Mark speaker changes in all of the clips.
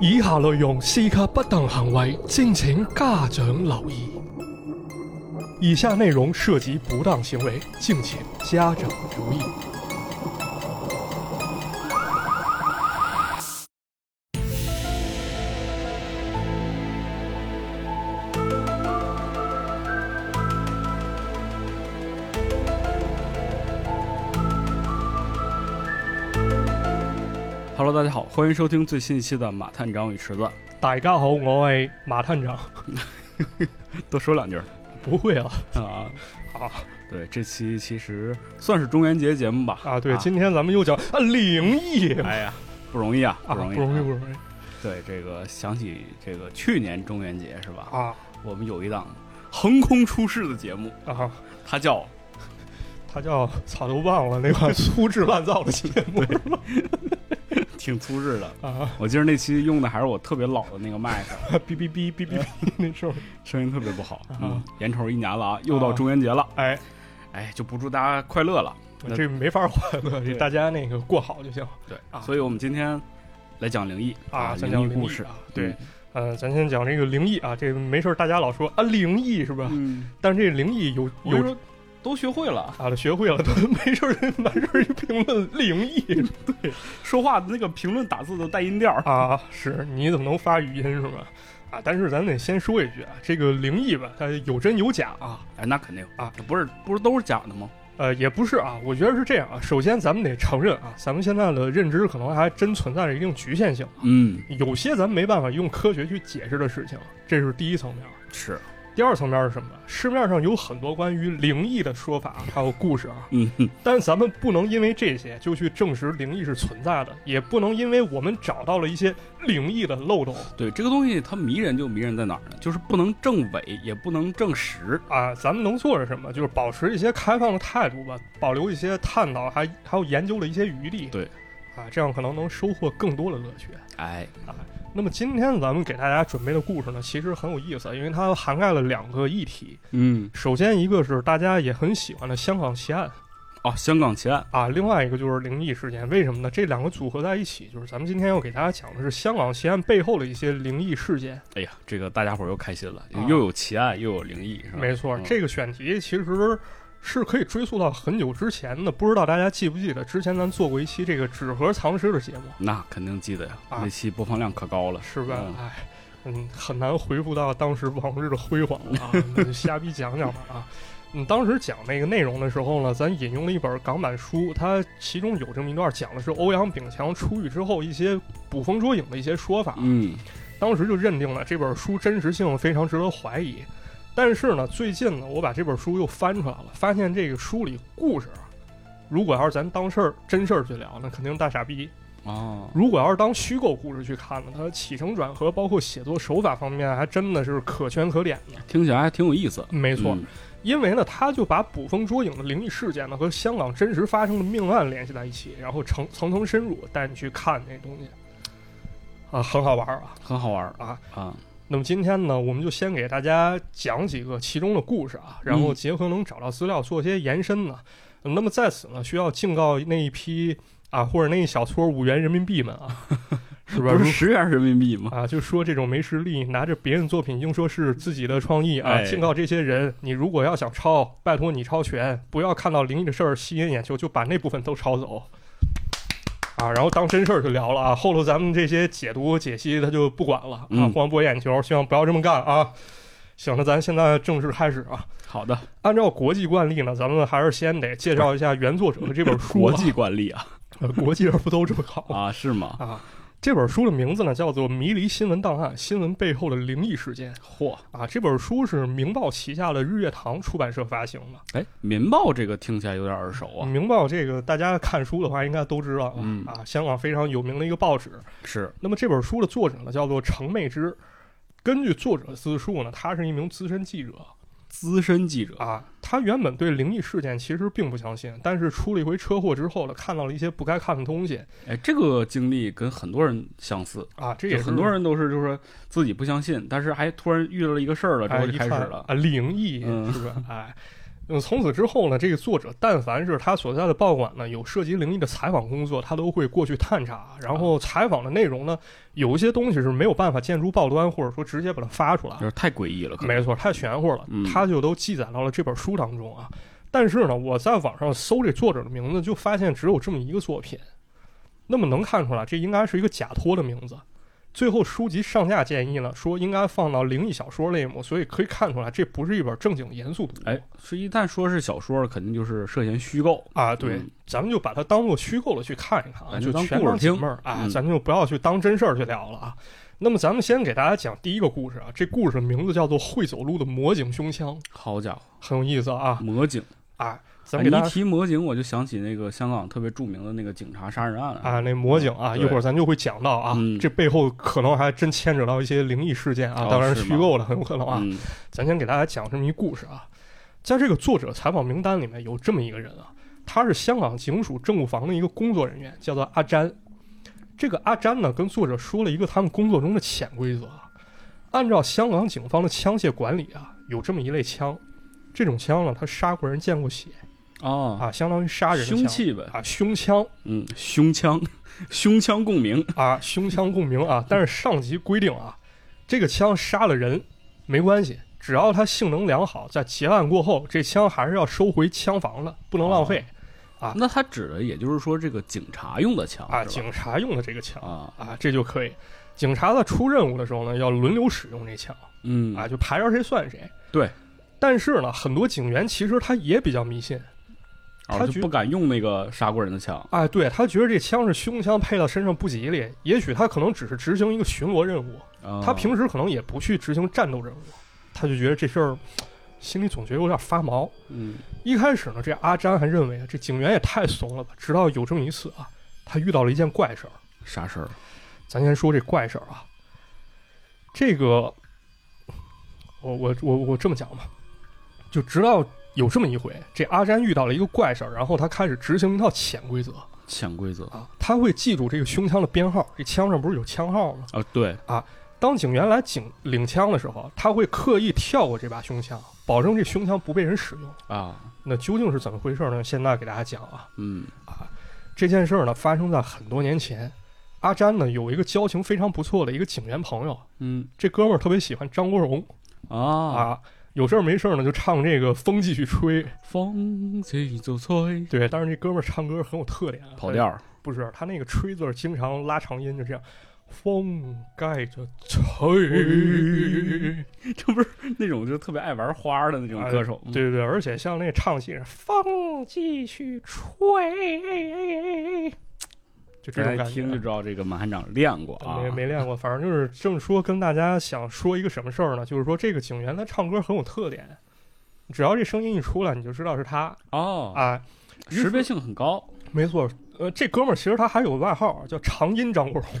Speaker 1: 以下內容涉及不當行為，敬請家長留意。以下內容涉及不當行為，敬請家長留意。
Speaker 2: Hello，大家好，欢迎收听最新一期的《马探长与池子》。
Speaker 1: 大家好，我係馬探長。
Speaker 2: 多 说两句儿
Speaker 1: 不會啊
Speaker 2: 啊
Speaker 1: 啊
Speaker 2: 对，这期其实算是中元节节目吧。
Speaker 1: 啊！对，今天咱们又讲啊灵异
Speaker 2: 哎呀，不容易啊，
Speaker 1: 啊，
Speaker 2: 容
Speaker 1: 不
Speaker 2: 易，
Speaker 1: 容易不容易
Speaker 2: 对，这个想起这个去年中元节是吧？
Speaker 1: 啊
Speaker 2: 我们有一档横空出世的节目，
Speaker 1: 啊！
Speaker 2: 它叫
Speaker 1: 他叫草都忘了那款粗制滥造的节目
Speaker 2: 挺粗制的。
Speaker 1: 啊，
Speaker 2: 我记得那期用的还是我特别老的那个麦克，
Speaker 1: 哔哔哔哔哔哔那时候，
Speaker 2: 声音特别不好。
Speaker 1: 啊
Speaker 2: 嗯，眼瞅一年了啊，又到中元节了，
Speaker 1: 哎，
Speaker 2: 哎，就不祝大家快乐了。那
Speaker 1: 这没法快乐，这
Speaker 2: 对
Speaker 1: 大家那个过好就行
Speaker 2: 对
Speaker 1: 啊，
Speaker 2: 所以我们今天来讲灵异
Speaker 1: 啊。咱
Speaker 2: 灵
Speaker 1: 讲
Speaker 2: 异
Speaker 1: 灵
Speaker 2: 故
Speaker 1: 异
Speaker 2: 事。
Speaker 1: 啊，对，嗯，咱先讲这个灵异啊，这个没事儿大家老说啊灵异是吧？
Speaker 2: 嗯，
Speaker 1: 但是这灵异有
Speaker 2: 我跟
Speaker 1: 有
Speaker 2: 你说，都学会了
Speaker 1: 啊，学会了都 没事儿完事儿就评论灵异
Speaker 2: 说话的那个评论打字都带音调儿。
Speaker 1: 啊，是你怎么能发语音是吧？啊，但是咱得先说一句啊，这个灵异吧，它有真有假啊，
Speaker 2: 哎，那肯定
Speaker 1: 啊，
Speaker 2: 不是不是都是假的吗？
Speaker 1: 呃，也不是啊，我觉得是这样啊。首先，咱们得承认啊，咱们现在的认知可能还真存在着一定局限性，
Speaker 2: 嗯，
Speaker 1: 有些咱们没办法用科学去解释的事情，这是第一层面。
Speaker 2: 是，
Speaker 1: 第二层面是什么？市面上有很多关于灵异的说法，还有故事啊，
Speaker 2: 嗯哼
Speaker 1: 但咱们不能因为这些就去证实灵异是存在的，也不能因为我们找到了一些灵异的漏洞
Speaker 2: 对这个东西，它迷人就迷人在哪儿呢？就是不能证伪，也不能证实。
Speaker 1: 啊。咱们能做的是什么？就是保持一些开放的态度吧，保留一些探讨还还有研究的一些余地。
Speaker 2: 对，
Speaker 1: 啊，这样可能能收获更多的乐趣。
Speaker 2: 哎，
Speaker 1: 那么今天咱们给大家准备的故事呢，其实很有意思，因为它涵盖了两个议题。
Speaker 2: 嗯，
Speaker 1: 首先一个是大家也很喜欢的香港奇案
Speaker 2: 哦，香港奇案，
Speaker 1: 啊，另外一个就是灵异事件。为什么呢？这两个组合在一起，就是咱们今天要给大家讲的是香港奇案背后的一些灵异事件。
Speaker 2: 哎呀，这个大家伙儿又开心了，
Speaker 1: 啊
Speaker 2: 又有奇案，又有灵异，是吧？
Speaker 1: 没错，
Speaker 2: 嗯
Speaker 1: 这个选题其实。是可以追溯到很久之前的，不知道大家记不记得？之前咱做过一期这个纸盒藏尸的节目，
Speaker 2: 那肯定记得呀，
Speaker 1: 啊
Speaker 2: 那期播放量可高了，
Speaker 1: 是吧
Speaker 2: 嗯？
Speaker 1: 哎，嗯，很难回复到当时往日的辉煌了 啊。那就瞎逼讲讲吧啊。嗯，当时讲那个内容的时候呢，咱引用了一本港版书，它其中有这么一段讲的是欧阳炳强出狱之后一些捕风捉影的一些说法。
Speaker 2: 嗯，
Speaker 1: 当时就认定了这本书真实性非常值得怀疑。但是呢，最近呢，我把这本书又翻出来了，发现这个书里故事啊，如果要是咱当事儿真事儿去聊，那肯定大傻逼。
Speaker 2: 哦，
Speaker 1: 如果要是当虚构故事去看呢，它的起承转合，包括写作手法方面，还真的是可圈可点的。
Speaker 2: 听起来还挺有意思。
Speaker 1: 没错，
Speaker 2: 嗯
Speaker 1: 因为呢，他就把捕风捉影的灵异事件呢和香港真实发生的命案联系在一起，然后层层层深入，带你去看这东西，啊，很好玩啊
Speaker 2: 很好玩儿
Speaker 1: 啊！
Speaker 2: 啊。
Speaker 1: 那么今天呢，我们就先给大家讲几个其中的故事啊，然后
Speaker 2: 嗯
Speaker 1: 结合能找到资料做一些延伸呢。那么在此呢，需要敬告那一批啊，或者那一小撮五元人民币们 啊，是吧？
Speaker 2: 不是十元人民币吗？
Speaker 1: 啊，就说这种没实力，拿着别人作品硬说是自己的创意啊，
Speaker 2: 哎
Speaker 1: 警告这些人，你如果要想抄，拜托你抄全，不要看到灵异的事儿吸引眼球就把那部分都抄走。啊，然后当真事儿就聊了啊，后头咱们这些解读解析他就不管了啊，
Speaker 2: 嗯
Speaker 1: 光博眼球，希望不要这么干啊。行，那咱现在正式开始啊。
Speaker 2: 好的，
Speaker 1: 按照国际惯例呢，咱们还是先得介绍一下原作者的这本书、啊。
Speaker 2: 国际惯例啊
Speaker 1: 呃，国际上不都这么搞吗？
Speaker 2: 啊，是吗？
Speaker 1: 啊，这本书的名字呢叫做《迷离新闻档案：新闻背后的灵异事件》
Speaker 2: 嚯，
Speaker 1: 啊。这本书是明报旗下的日月堂出版社发行的。
Speaker 2: 哎，民报这个听起来有点耳熟啊。
Speaker 1: 明报这个大家看书的话应该都知道啊，
Speaker 2: 嗯
Speaker 1: 啊，香港非常有名的一个报纸。
Speaker 2: 是，
Speaker 1: 那么这本书的作者呢叫做程妹之。根据作者自述呢，他是一名资深记者
Speaker 2: 资深记者，
Speaker 1: 啊。他原本对灵异事件其实并不相信，但是出了一回车祸之后呢，看到了一些不该看的东西
Speaker 2: 哎，这个经历跟很多人相似，
Speaker 1: 啊。这也
Speaker 2: 就是很多人都是就是说自己不相信，但是还突然遇到了一个事儿了之
Speaker 1: 哎，
Speaker 2: 后
Speaker 1: 一
Speaker 2: 就开始
Speaker 1: 看
Speaker 2: 了。
Speaker 1: 啊，灵异
Speaker 2: 嗯
Speaker 1: 是吧？哎，嗯，从此之后呢，这个作者但凡是他所在的报馆呢有涉及灵异的采访工作，他都会过去探查。然
Speaker 2: 啊
Speaker 1: 后采访的内容呢，有一些东西是没有办法见诸报端，或者说直接把它发出来
Speaker 2: 就。是太诡异了，可能
Speaker 1: 没错，太玄乎了
Speaker 2: 嗯，
Speaker 1: 他就都记载到了这本书当中啊。但是呢，我在网上搜这作者的名字，就发现只有这么一个作品。那么能看出来，这应该是一个假托的名字。最后书籍上架建议呢，说应该放到灵异小说类目，所以可以看出来，这不是一本正经严肃读物。
Speaker 2: 哎，是一旦说是小说，肯定就是涉嫌虚构。
Speaker 1: 啊，对
Speaker 2: 嗯，
Speaker 1: 咱们就把它当做虚构的去看一看啊，
Speaker 2: 哎
Speaker 1: 就
Speaker 2: 就当
Speaker 1: 全
Speaker 2: 故事
Speaker 1: 当解
Speaker 2: 听
Speaker 1: 闷儿啊，
Speaker 2: 嗯
Speaker 1: 咱就不要去当真事儿去聊了啊。那么咱们先给大家讲第一个故事啊，这故事名字叫做《会走路的魔警胸腔》，
Speaker 2: 好家伙，
Speaker 1: 很有意思啊
Speaker 2: 魔警！
Speaker 1: 啊！咱
Speaker 2: 哎
Speaker 1: 们
Speaker 2: 你
Speaker 1: 给大
Speaker 2: 一
Speaker 1: 家
Speaker 2: 提魔警，我就想起那个香港特别著名的那个警察杀人案
Speaker 1: 啊，那魔警啊，
Speaker 2: 嗯
Speaker 1: 一会儿咱就会讲到啊
Speaker 2: 嗯，
Speaker 1: 这背后可能还真牵扯到一些灵异事件啊，
Speaker 2: 哦
Speaker 1: 当然
Speaker 2: 是
Speaker 1: 虚
Speaker 2: 吗
Speaker 1: 构的很有可能啊。
Speaker 2: 嗯
Speaker 1: 咱先给大家讲这么一故事啊，在这个作者采访名单里面有这么一个人啊，他是香港警署政务房的一个工作人员，叫做阿詹。这个阿詹呢，跟作者说了一个他们工作中的潜规则啊。按照香港警方的枪械管理啊，有这么一类枪，这种枪呢，他杀过人、见过血
Speaker 2: 哦，
Speaker 1: 啊，相当于杀人的枪
Speaker 2: 凶器呗，
Speaker 1: 啊，胸腔
Speaker 2: 嗯，胸腔， 胸腔共鸣，
Speaker 1: 啊，胸腔共鸣啊。但是上级规定啊，这个枪杀了人没关系，只要它性能良好，在结案过后，这枪还是要收回枪房的，不能浪费、啊
Speaker 2: 那他指的也就是说这个警察用的枪
Speaker 1: 啊。
Speaker 2: 哦是吧
Speaker 1: 警察用的这个枪
Speaker 2: 啊，
Speaker 1: 啊，这就可以。警察在出任务的时候呢，要轮流使用这枪
Speaker 2: 嗯
Speaker 1: 啊，就排着谁算谁。
Speaker 2: 对。
Speaker 1: 但是呢，很多警员其实他也比较迷信，
Speaker 2: 啊
Speaker 1: 他
Speaker 2: 就
Speaker 1: 觉
Speaker 2: 不敢用那个杀过人的枪，
Speaker 1: 哎，对他觉得这枪是胸腔配到身上不吉利，也许他可能只是执行一个巡逻任务，
Speaker 2: 啊
Speaker 1: 他平时可能也不去执行战斗任务，他就觉得这事儿 心里总觉得有点发毛。
Speaker 2: 嗯
Speaker 1: 一开始呢，这阿詹还认为啊这警员也太怂了吧，直到有这么一次啊，他遇到了一件怪事儿。
Speaker 2: 啥事儿
Speaker 1: 咱先说这怪事儿啊，这个我我我我这么讲吧，就直到有这么一回，这阿詹遇到了一个怪事儿，然后他开始执行一套潜规则
Speaker 2: 潜规则
Speaker 1: 啊，他会记住这个胸腔的编号，这枪上不是有枪号吗？
Speaker 2: 啊，对，
Speaker 1: 当警员来警领枪的时候，他会刻意跳过这把胸腔，保证这胸腔不被人使用。
Speaker 2: 啊，
Speaker 1: 那究竟是怎么回事呢？现在给大家讲啊，
Speaker 2: 嗯
Speaker 1: 这件事儿呢发生在很多年前。阿詹呢有一个交情非常不错的一个警员朋友，
Speaker 2: 嗯
Speaker 1: 这哥们儿特别喜欢张国荣
Speaker 2: 啊，
Speaker 1: 啊，有事儿没事儿呢就唱这个《风继续吹》。
Speaker 2: 风起就吹，
Speaker 1: 对，但是这哥们儿唱歌很有特点啊，
Speaker 2: 跑调儿
Speaker 1: 不是他那个“吹”字儿经常拉长音，就这样，风盖着吹。
Speaker 2: 这不是那种就特别爱玩花儿的那种歌手吗，
Speaker 1: 啊对对对，而且像那唱戏人，风继续吹，就这
Speaker 2: 大
Speaker 1: 种
Speaker 2: 家
Speaker 1: 感
Speaker 2: 一
Speaker 1: 觉。
Speaker 2: 哎听就知道这个马汉长练过啊，
Speaker 1: 没没练过，反正就是这么说。跟大家想说一个什么事儿呢？就是说这个警员他唱歌很有特点，只要这声音一出来，你就知道是他
Speaker 2: 哦，
Speaker 1: 啊。于是
Speaker 2: 识别性很高，
Speaker 1: 没错，呃，这哥们儿其实他还有个外号叫长音张国荣。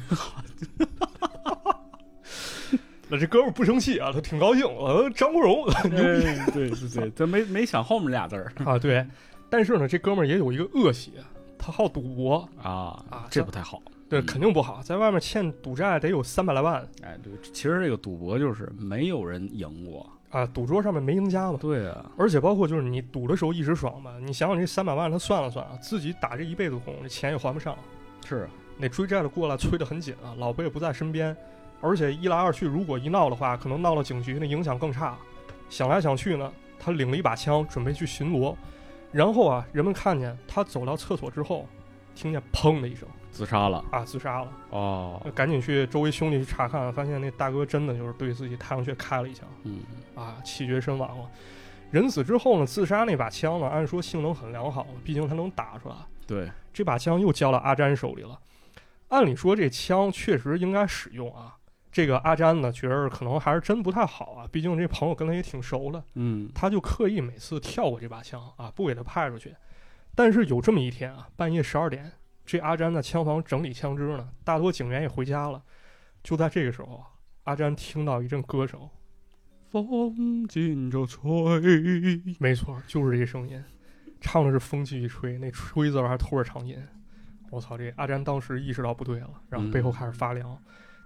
Speaker 1: 那这哥们儿不生气啊，他挺高兴。呃，张国荣，
Speaker 2: 哎 对对对，咱没没想后面俩字儿
Speaker 1: 啊，对。但是呢，这哥们儿也有一个恶习，他好赌博，
Speaker 2: 啊
Speaker 1: 啊，
Speaker 2: 这
Speaker 1: 咱
Speaker 2: 不太好。
Speaker 1: 对，
Speaker 2: 嗯
Speaker 1: 肯定不好，在外面欠赌债得有三百来万
Speaker 2: 哎，对，其实这个赌博就是没有人赢过。
Speaker 1: 啊，赌桌上面没赢家嘛。
Speaker 2: 对啊，
Speaker 1: 而且包括就是你赌的时候一时爽吧，你想想这三百万他算了算啊，自己打这一辈子工，这钱也还不上，
Speaker 2: 是啊
Speaker 1: 那追债的过来催得很紧啊，老婆也不在身边，而且一来二去，如果一闹的话，可能闹到警局，那影响更差。想来想去呢，他领了一把枪，准备去巡逻，然后啊，人们看见他走到厕所之后，听见砰的一声
Speaker 2: 自杀了
Speaker 1: 啊，自杀了。
Speaker 2: 哦，
Speaker 1: 呃赶紧去周围兄弟去查看，发现那大哥真的就是对自己太阳穴开了一枪
Speaker 2: 嗯
Speaker 1: 啊，气绝身亡了。人死之后呢，自杀那把枪呢，按说性能很良好，毕竟他能打出来。
Speaker 2: 对，
Speaker 1: 这把枪又交到阿詹手里了。按理说这枪确实应该使用啊。这个阿詹呢，觉得可能还是真不太好啊，毕竟这朋友跟他也挺熟的，
Speaker 2: 嗯
Speaker 1: 他就刻意每次跳过这把枪啊，不给他派出去。但是有这么一天啊，半夜十二点，这阿詹在枪房整理枪支呢，大多警员也回家了。就在这个时候啊，阿詹听到一阵歌声，
Speaker 2: 风紧着吹，
Speaker 1: 没错，就是这声音，唱的是风继续吹，那吹字儿还拖着长音。我操，这阿詹当时意识到不对了，然后背后开始发凉，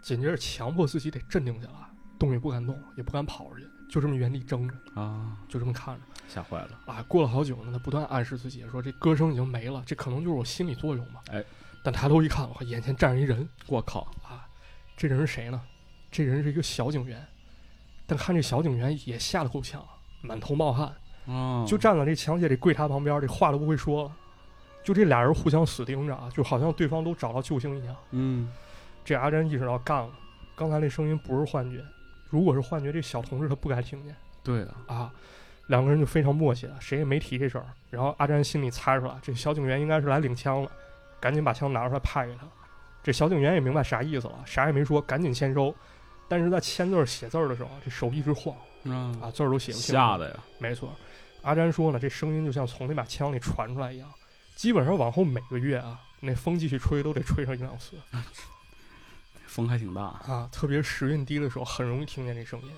Speaker 1: 紧接着强迫自己得镇定下来，动也不敢动，也不敢跑出去，就这么原地睁着，
Speaker 2: 啊，
Speaker 1: 就这么看着。
Speaker 2: 吓坏了，
Speaker 1: 啊，过了好久呢，他不断暗示自己说这歌声已经没了，这可能就是我心理作用吧。
Speaker 2: 哎，
Speaker 1: 但抬头一看，我眼前站着一人
Speaker 2: 我靠，
Speaker 1: 啊，这人是谁呢？这人是一个小警员，但看这小警员也吓得够呛，满头冒汗，
Speaker 2: 啊，
Speaker 1: 就站在这强姐这柜台旁边，这话都不会说了。就这俩人互相死盯着啊，就好像对方都找到救星一样。
Speaker 2: 嗯，
Speaker 1: 这阿珍意识到干了，刚才那声音不是幻觉，如果是幻觉，这小同志他不该听见。
Speaker 2: 对啊，
Speaker 1: 啊，两个人就非常默契了，谁也没提这事儿。然后阿詹心里猜出来，这小警员应该是来领枪了，赶紧把枪拿出来派给他。这小警员也明白啥意思了，啥也没说，赶紧签收。但是在签字儿写字儿的时候，这手一直晃
Speaker 2: 啊，
Speaker 1: 啊，字儿都写不清。
Speaker 2: 吓！的呀，
Speaker 1: 没错，阿詹说呢，这声音就像从那把枪里传出来一样。基本上往后每个月啊，那风继续吹都得吹上一两次
Speaker 2: 风还挺大，
Speaker 1: 啊，特别时运低的时候，很容易听见这声音。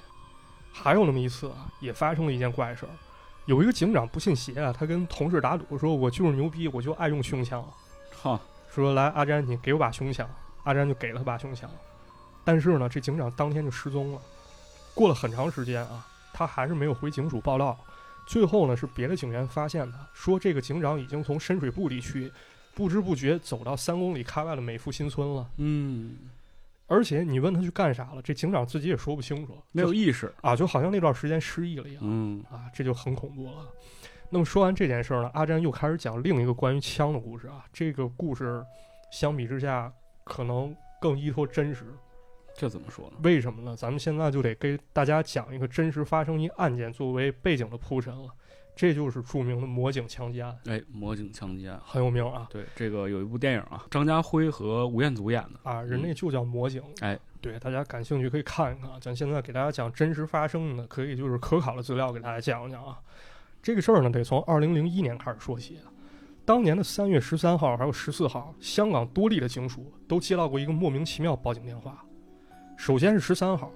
Speaker 1: 还有那么一次啊，也发生了一件怪事儿。有一个警长不信邪啊，他跟同事打赌说：“我就是牛逼，我就爱用胸腔。
Speaker 2: 哈，”
Speaker 1: 说：“来，阿詹，你给我把胸腔。”阿詹就给了他把胸腔。但是呢，这警长当天就失踪了。过了很长时间啊，他还是没有回警署报道。最后呢，是别的警员发现他，说这个警长已经从深水埗地区不知不觉走到三公里开外的美孚新村了。
Speaker 2: 嗯，
Speaker 1: 而且你问他去干啥了，这警长自己也说不清楚，
Speaker 2: 没有意识，
Speaker 1: 啊，就好像那段时间失忆了一样、
Speaker 2: 嗯，
Speaker 1: 啊，这就很恐怖了。那么说完这件事儿呢，阿詹又开始讲另一个关于枪的故事啊。这个故事相比之下可能更依托真实，
Speaker 2: 这怎么说呢？
Speaker 1: 为什么呢？咱们现在就得给大家讲一个真实发生一案件作为背景的铺陈了，这就是著名的魔警枪击案，
Speaker 2: 哎，魔警枪击案，
Speaker 1: 很有名啊
Speaker 2: 对，这个有一部电影啊，张家辉和吴彦祖演的，
Speaker 1: 啊，人类就叫魔警。
Speaker 2: 哎，
Speaker 1: 对，大家感兴趣可以看一看啊。咱现在给大家讲真实发生的，可以就是可考的资料给大家讲一讲啊。这个事儿呢，得从二零零一年开始说起。当年的三月十三号还有十四号，香港多例的警署都接到过一个莫名其妙报警电话。首先是十三号，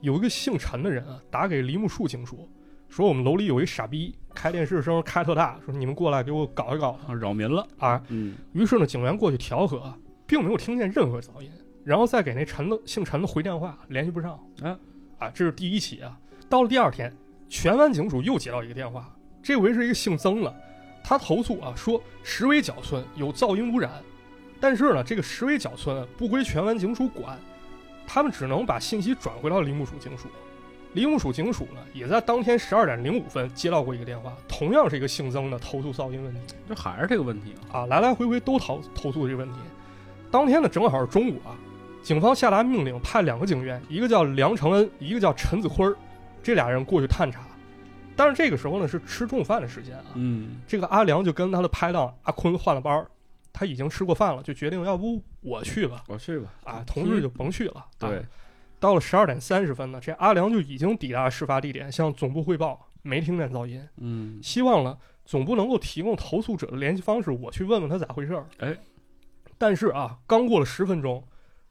Speaker 1: 有一个姓陈的人啊，打给梨木树警署，说我们楼里有一傻逼开电视声开特大，说你们过来给我搞一搞
Speaker 2: 啊扰民了，
Speaker 1: 啊。
Speaker 2: 嗯，
Speaker 1: 于是呢，警员过去调和，啊并没有听见任何噪音，然后再给那陈的姓陈的回电话，联系不上。
Speaker 2: 啊
Speaker 1: 啊，这是第一起啊。到了第二天，荃湾警署又接到一个电话，这回是一个姓曾的，他投诉啊说石围角村有噪音污染，但是呢，这个石围角村啊不归荃湾警署管，他们只能把信息转回到林木署警署。林木署警署呢，也在当天十二点零五分接到过一个电话，同样是一个姓曾的投诉噪音问题。
Speaker 2: 这还是这个问题啊，
Speaker 1: 啊，来来回回都投投诉这个问题。当天呢，正好是中午啊，警方下达命令，派两个警员，一个叫梁承恩，一个叫陈子辉儿，这俩人过去探查。但是这个时候呢，是吃中饭的时间啊。
Speaker 2: 嗯，
Speaker 1: 这个阿良就跟他的拍档阿坤换了班儿，他已经吃过饭了，就决定要不我去吧。
Speaker 2: 我去吧，
Speaker 1: 啊，同志就甭去了。
Speaker 2: 嗯对
Speaker 1: 啊，到了十二点三十分呢，这阿良就已经抵达事发地点，向总部汇报，没听见噪音。
Speaker 2: 嗯，
Speaker 1: 希望呢总部能够提供投诉者的联系方式，我去问问他咋回事儿。
Speaker 2: 哎，
Speaker 1: 但是啊，刚过了十分钟，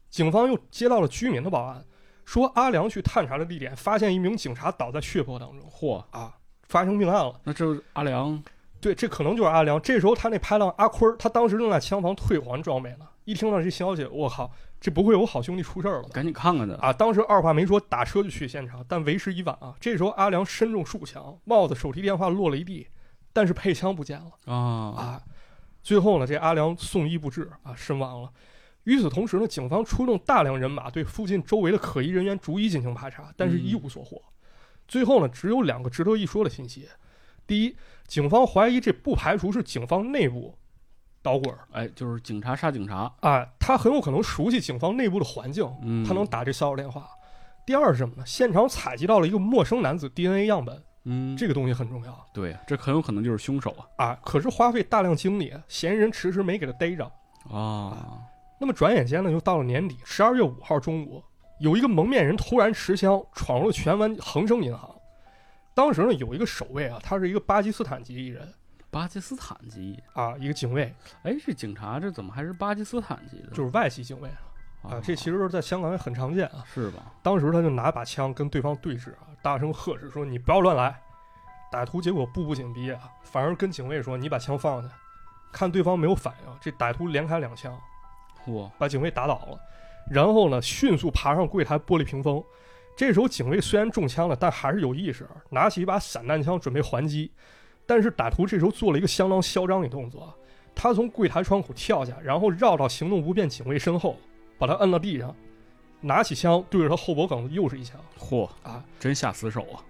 Speaker 1: 警方又接到了居民的报案，说阿良去探查的地点发现一名警察倒在血泊当中
Speaker 2: 嚯，
Speaker 1: 啊，发生命案了。
Speaker 2: 那这阿良，
Speaker 1: 对，这可能就是阿良。这时候他那拍档阿坤儿，他当时正在枪房退还装备呢，一听到这消息，我靠，这不会有好兄弟出事儿了吧？
Speaker 2: 赶紧看看他，
Speaker 1: 啊，当时二话没说，打车就去现场，但为时已晚啊。这时候阿良身中数枪，帽子、手提电话落了一地，但是配枪不见了
Speaker 2: 啊，
Speaker 1: 啊。最后呢，这阿良送医不治啊，身亡了。与此同时呢，警方出动大量人马对附近周围的可疑人员逐一进行排查，但是一
Speaker 2: 嗯
Speaker 1: 无所获。最后呢，只有两个值得一说的信息：第一，警方怀疑这不排除是警方内部捣鬼儿
Speaker 2: 哎，就是警察杀警察，
Speaker 1: 啊，他很有可能熟悉警方内部的环境，
Speaker 2: 嗯，
Speaker 1: 他能，打这骚扰电话。第二是什么呢？现场采集到了一个陌生男子 DNA 样本，
Speaker 2: 嗯，
Speaker 1: 这个东西很重要
Speaker 2: 对，这很有可能就是凶手啊，
Speaker 1: 啊。可是花费大量精力，嫌疑人迟迟没给他逮着。
Speaker 2: 啊，
Speaker 1: 那么转眼间呢，又到了年底，十二月五号中午，有一个蒙面人突然持枪闯入了荃湾恒生银行。当时呢，有一个守卫啊，他是一个巴基斯坦籍艺人
Speaker 2: 巴基斯坦籍，
Speaker 1: 啊，一个警卫，
Speaker 2: 哎，这警察这怎么还是巴基斯坦籍的？
Speaker 1: 就是外籍警卫啊。这其实在香港也很常见啊。
Speaker 2: 是吧？
Speaker 1: 当时他就拿把枪跟对方对峙啊，大声呵斥说：“你不要乱来！”歹徒结果步步紧逼啊，反而跟警卫说：“你把枪放下。”看对方没有反应，这歹徒连开两枪，
Speaker 2: 哇，
Speaker 1: 把警卫打倒了，然后呢，迅速爬上柜台玻璃屏风，这时候警卫虽然中枪了，但还是有意识，拿起一把散弹枪准备还击。但是歹徒这时候做了一个相当嚣张的动作，他从柜台窗口跳下，然后绕到行动不便警卫身后，把他摁到地上，拿起枪对着他后脖梗子又是一枪。
Speaker 2: 嚯
Speaker 1: 啊，
Speaker 2: 真下死手啊！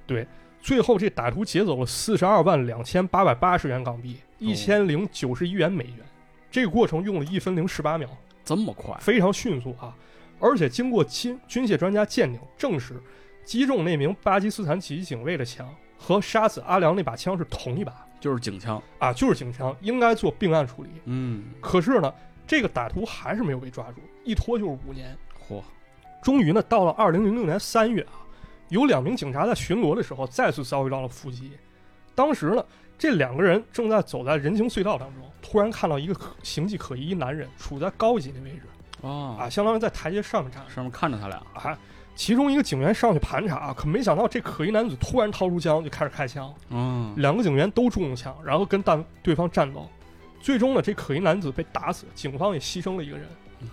Speaker 1: 最后，这歹徒劫走了四十二万两千八百八十元港币，一千零九十一元美元。这个过程用了一分零十八秒，
Speaker 2: 这么快，
Speaker 1: 非常迅速啊！而且经过军军械专家鉴定，证实击中那名巴基斯坦籍警卫的枪和杀死阿良那把枪是同一把
Speaker 2: 就是警枪。
Speaker 1: 啊，就是警枪，应该做并案处理。
Speaker 2: 嗯，
Speaker 1: 可是呢，这个歹徒还是没有被抓住，一拖就是五年。
Speaker 2: 嚯，
Speaker 1: 终于呢，到了二零零六年三月啊，有两名警察在巡逻的时候再次遭遇到了伏击。当时呢，这两个人正在走在人行隧道当中，突然看到一个可形迹可疑男人处在高级的位置啊，
Speaker 2: 啊，
Speaker 1: 相当于在台阶上面站着
Speaker 2: 上面看着他俩，
Speaker 1: 啊。其中一个警员上去盘查，可没想到这可疑男子突然掏出枪就开始开枪，
Speaker 2: 嗯，
Speaker 1: 两个警员都中了枪，然后跟弹对方战斗，最终呢，这可疑男子被打死，警方也牺牲了一个人
Speaker 2: 嗯。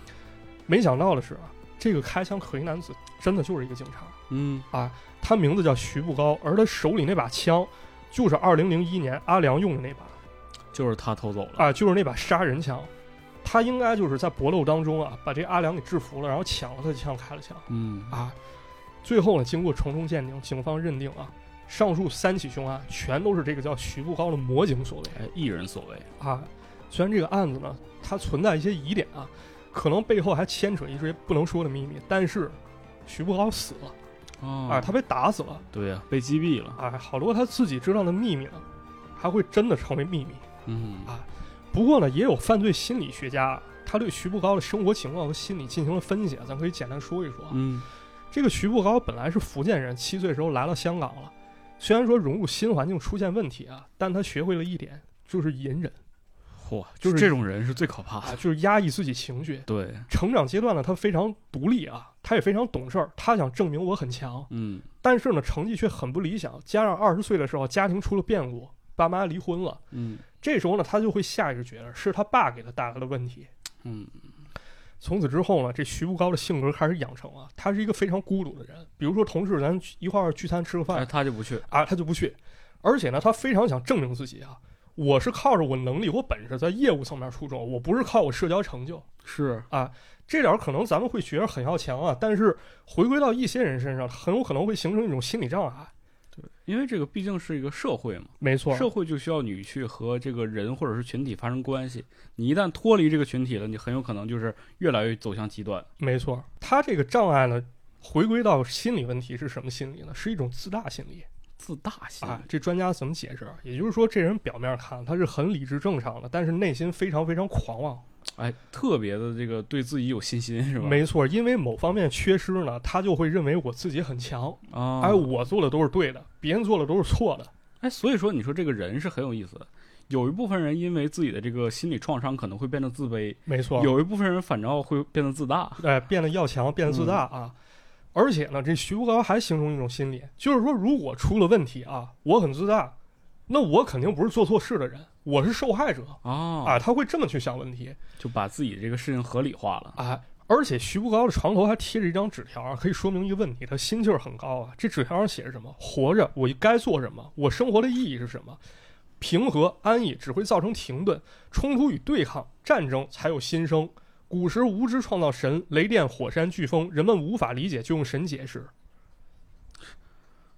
Speaker 1: 没想到的是啊，这个开枪可疑男子真的就是一个警察，
Speaker 2: 嗯，
Speaker 1: 他名字叫徐步高，而他手里那把枪就是2001年阿良用的那
Speaker 2: 嗯
Speaker 1: 把
Speaker 2: 就是他偷走了。
Speaker 1: 啊，就是那把杀人枪。他应该就是在搏斗当中啊，把这阿良给制服了，然后抢了他的枪，开了枪
Speaker 2: 嗯，
Speaker 1: 啊。最后呢，经过重重鉴定，警方认定啊，上述三起凶案全都是这个叫徐步高的魔警所为。
Speaker 2: 哎，一人所为。
Speaker 1: 啊，虽然这个案子呢，它存在一些疑点啊，可能背后还牵扯一些不能说的秘密，但是徐步高死了啊，
Speaker 2: 啊
Speaker 1: 他被打死了
Speaker 2: 对呀，被击毙了。
Speaker 1: 啊，好多他自己知道的秘密呢，啊还会真的成为秘密。
Speaker 2: 嗯
Speaker 1: 啊不过呢，也有犯罪心理学家啊，他对徐步高的生活情况和心理进行了分析啊，咱可以简单说一说啊。
Speaker 2: 嗯，
Speaker 1: 这个徐步高本来是福建人，七岁时候来到香港了，虽然说融入新环境出现问题啊，但他学会了一点，就是隐忍
Speaker 2: 嚯，
Speaker 1: 就是
Speaker 2: 这种人是最可怕
Speaker 1: 啊，
Speaker 2: 的。
Speaker 1: 就是压抑自己情绪。
Speaker 2: 对，
Speaker 1: 成长阶段呢，他非常独立啊，他也非常懂事儿，他想证明我很强，
Speaker 2: 嗯，
Speaker 1: 但是呢，成绩却很不理想。加上二十岁的时候，家庭出了变故，爸妈离婚了，
Speaker 2: 嗯，
Speaker 1: 这时候呢，他就会下意识觉得是他爸给他带来的问题。
Speaker 2: 嗯，
Speaker 1: 从此之后呢，这徐步高的性格开始养成啊，他是一个非常孤独的人。比如说，同事咱一块儿聚餐吃个饭
Speaker 2: 但是哎他就不去。
Speaker 1: 啊，他就不去，而且呢，他非常想证明自己啊，我是靠着我能力、我本事在业务层面出众，我不是靠我社交成就。
Speaker 2: 是，
Speaker 1: 这点儿可能咱们会觉得很要强啊，但是回归到一些人身上，很有可能会形成一种心理障碍。
Speaker 2: 因为这个毕竟是一个社会嘛，
Speaker 1: 没错
Speaker 2: 社会就需要你去和这个人或者是群体发生关系。你一旦脱离这个群体了，你很有可能就是越来越走向极端。
Speaker 1: 没错，他这个障碍呢，回归到心理问题是什么心理呢？是一种自大心理
Speaker 2: 自大心理
Speaker 1: 啊。这专家怎么解释啊？也就是说，这人表面看他是很理智正常的，但是内心非常非常狂妄。
Speaker 2: 哎，特别的这个对自己有信心是吧？
Speaker 1: 没错，因为某方面缺失呢，他就会认为我自己很强，
Speaker 2: 啊，
Speaker 1: 哎，我做的都是对的，别人做的都是错的。
Speaker 2: 哎，所以说你说这个人是很有意思的。有一部分人因为自己的这个心理创伤，可能会变得自卑；
Speaker 1: 没错，
Speaker 2: 有一部分人反倒会变得自大。
Speaker 1: 哎，变得要强，变得自大啊。而且呢，这徐步高还形成一种心理，就是说，如果出了问题啊，我很自大，那我肯定不是做错事的人，我是受害者
Speaker 2: 哦，
Speaker 1: 啊。他会这么去想问题
Speaker 2: 就把自己这个事情合理化了。
Speaker 1: 啊。而且徐步高的床头还贴着一张纸条啊，可以说明一个问题，他心气儿很高啊。这纸条上写着什么？活着，我该做什么？我生活的意义是什么？平和安逸只会造成停顿，冲突与对抗，战争才有新生。古时无知创造神，雷电、火山、飓风，人们无法理解就用神解释。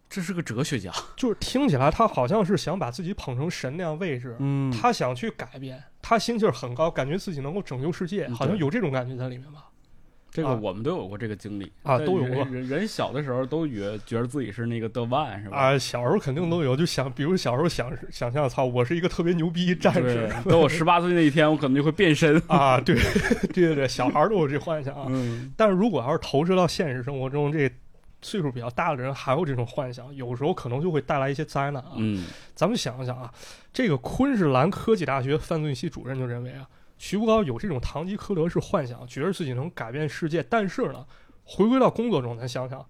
Speaker 2: 这是个哲学家。
Speaker 1: 就是听起来他好像是想把自己捧成神那样位置，
Speaker 2: 嗯
Speaker 1: 他想去改变，他心气儿很高，感觉自己能够拯救世界，
Speaker 2: 嗯
Speaker 1: 好像有这种感觉在里面吧？
Speaker 2: 这个
Speaker 1: 啊
Speaker 2: 我们都有过这个经历
Speaker 1: 啊
Speaker 2: 在
Speaker 1: 都有
Speaker 2: 人
Speaker 1: 过
Speaker 2: 人人小的时候都觉觉得自己是那个 the one 是吧？
Speaker 1: 啊，小时候肯定都有，就想，比如小时候想想象，操，我是一个特别牛逼战士
Speaker 2: 对，等我十八岁那一天，我可能就会变身。
Speaker 1: 啊，对 对对对，小孩儿都有这幻想啊。
Speaker 2: 嗯，
Speaker 1: 但是如果要是投射到现实生活中，这岁数比较大的人还有这种幻想，有时候可能就会带来一些灾难啊。
Speaker 2: 嗯，
Speaker 1: 咱们想一想啊，这个昆士兰科技大学犯罪系主任就认为啊，徐步高有这种堂吉诃德式幻想，觉得自己能改变世界。但是呢，回归到工作中，咱想想，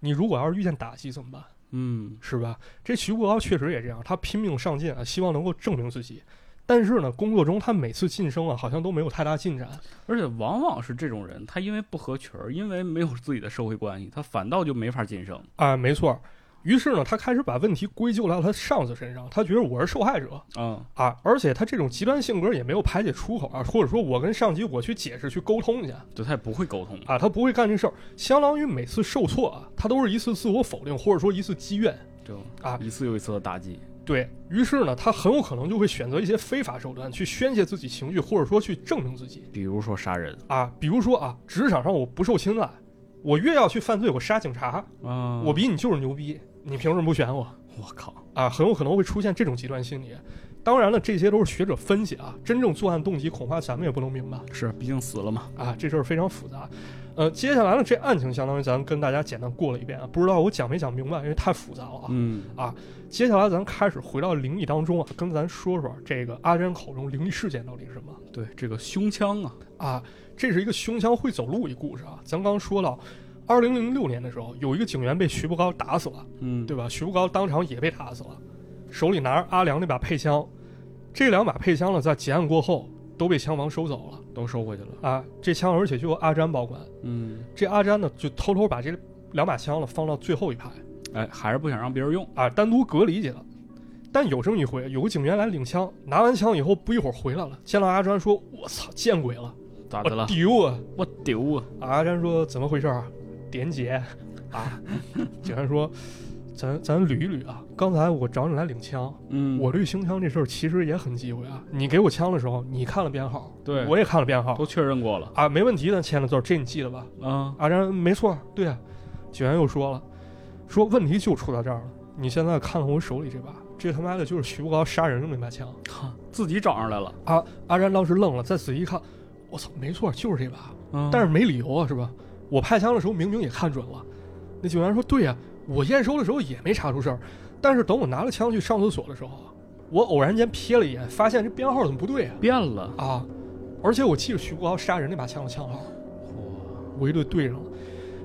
Speaker 1: 你如果要是遇见打击怎么办？
Speaker 2: 嗯，
Speaker 1: 是吧？这徐步高确实也这样，他拼命上进啊，希望能够证明自己。但是呢，工作中他每次晋升啊，好像都没有太大进展。
Speaker 2: 而且往往是这种人，他因为不合群儿，因为没有自己的社会关系，他反倒就没法晋升。
Speaker 1: 啊、没错儿。于是呢，他开始把问题归咎到他上司身上，他觉得我是受害者
Speaker 2: 嗯，
Speaker 1: 啊，而且他这种极端性格也没有排解出口啊，或者说我跟上级我去解释去沟通去
Speaker 2: 对他也不会沟通。
Speaker 1: 啊，他不会干这事儿，相当于每次受挫啊，他都是一次自我否定或者说一次积怨。
Speaker 2: 就
Speaker 1: 啊
Speaker 2: 一次又一次的打击。
Speaker 1: 对于是呢，他很有可能就会选择一些非法手段去宣泄自己情绪，或者说去证明自己
Speaker 2: 比如说杀人
Speaker 1: 啊，比如说啊，职场上我不受青睐，我越要去犯罪，我杀警察，
Speaker 2: 啊
Speaker 1: 我比你就是牛逼，你凭什么不选我？
Speaker 2: 我靠，
Speaker 1: 啊，很有可能会出现这种极端心理。当然了，这些都是学者分析啊，真正作案动机恐怕咱们也不能明白
Speaker 2: 是毕竟死了嘛。
Speaker 1: 啊，这事儿非常复杂。呃，接下来呢，这案情相当于咱跟大家简单过了一遍啊，不知道我讲没讲明白，因为太复杂了啊。
Speaker 2: 嗯
Speaker 1: 接下来咱开始回到灵异当中啊，跟咱说说这个阿珍口中灵异事件到底是什么
Speaker 2: 对，这个胸腔啊，
Speaker 1: 啊？这是一个胸腔会走路一故事啊，咱刚说到。二零零六年的时候，有一个警员被徐步高打死了，
Speaker 2: 嗯，
Speaker 1: 对吧？徐步高当场也被打死了，手里拿着阿良那把配枪，这两把配枪呢，在结案过后都被枪王收走了
Speaker 2: 都收回去了。
Speaker 1: 啊。这枪而且就由阿詹保管，
Speaker 2: 嗯，
Speaker 1: 这阿詹呢就偷偷把这两把枪呢放到最后一排
Speaker 2: 哎，还是不想让别人用。
Speaker 1: 啊，单独隔离去了。但有这么一回，有个警员来领枪，拿完枪以后不一会儿回来了，见到阿詹说：“我操，见鬼了，
Speaker 2: 咋的
Speaker 1: 我
Speaker 2: 了？
Speaker 1: 丢啊
Speaker 2: 我丢啊！！”
Speaker 1: 啊阿詹说：“怎么回事啊？点姐啊？” 警员说：“咱咱捋一捋啊，刚才我找你来领枪。”
Speaker 2: 嗯，
Speaker 1: 我对胸腔这事儿其实也很忌讳啊。你给我枪的时候，你看了编号，
Speaker 2: 对
Speaker 1: 我也看了编号
Speaker 2: 都确认过了
Speaker 1: 啊，没问题的，签了字儿，这你记得吧？
Speaker 2: 啊。
Speaker 1: 阿然没错，对啊。警员又说了，说问题就出到这儿了。你现在看看我手里这把，这他妈的就是徐步高杀人用那把枪
Speaker 2: 哈自己找上来了，
Speaker 1: 啊！阿然当时愣了，再仔细一看，我操，没错，就是这把，
Speaker 2: 嗯
Speaker 1: 但是没理由啊，是吧？我派枪的时候明明也看准了。那警员说，对呀、啊我验收的时候也没查出事儿，但是等我拿了枪去上厕所的时候啊，我偶然间瞥了一眼，发现这编号怎么不对啊？
Speaker 2: 变了。
Speaker 1: 啊！而且我记得徐国豪杀人那把枪的枪号，
Speaker 2: 哇，
Speaker 1: 我一对对上了。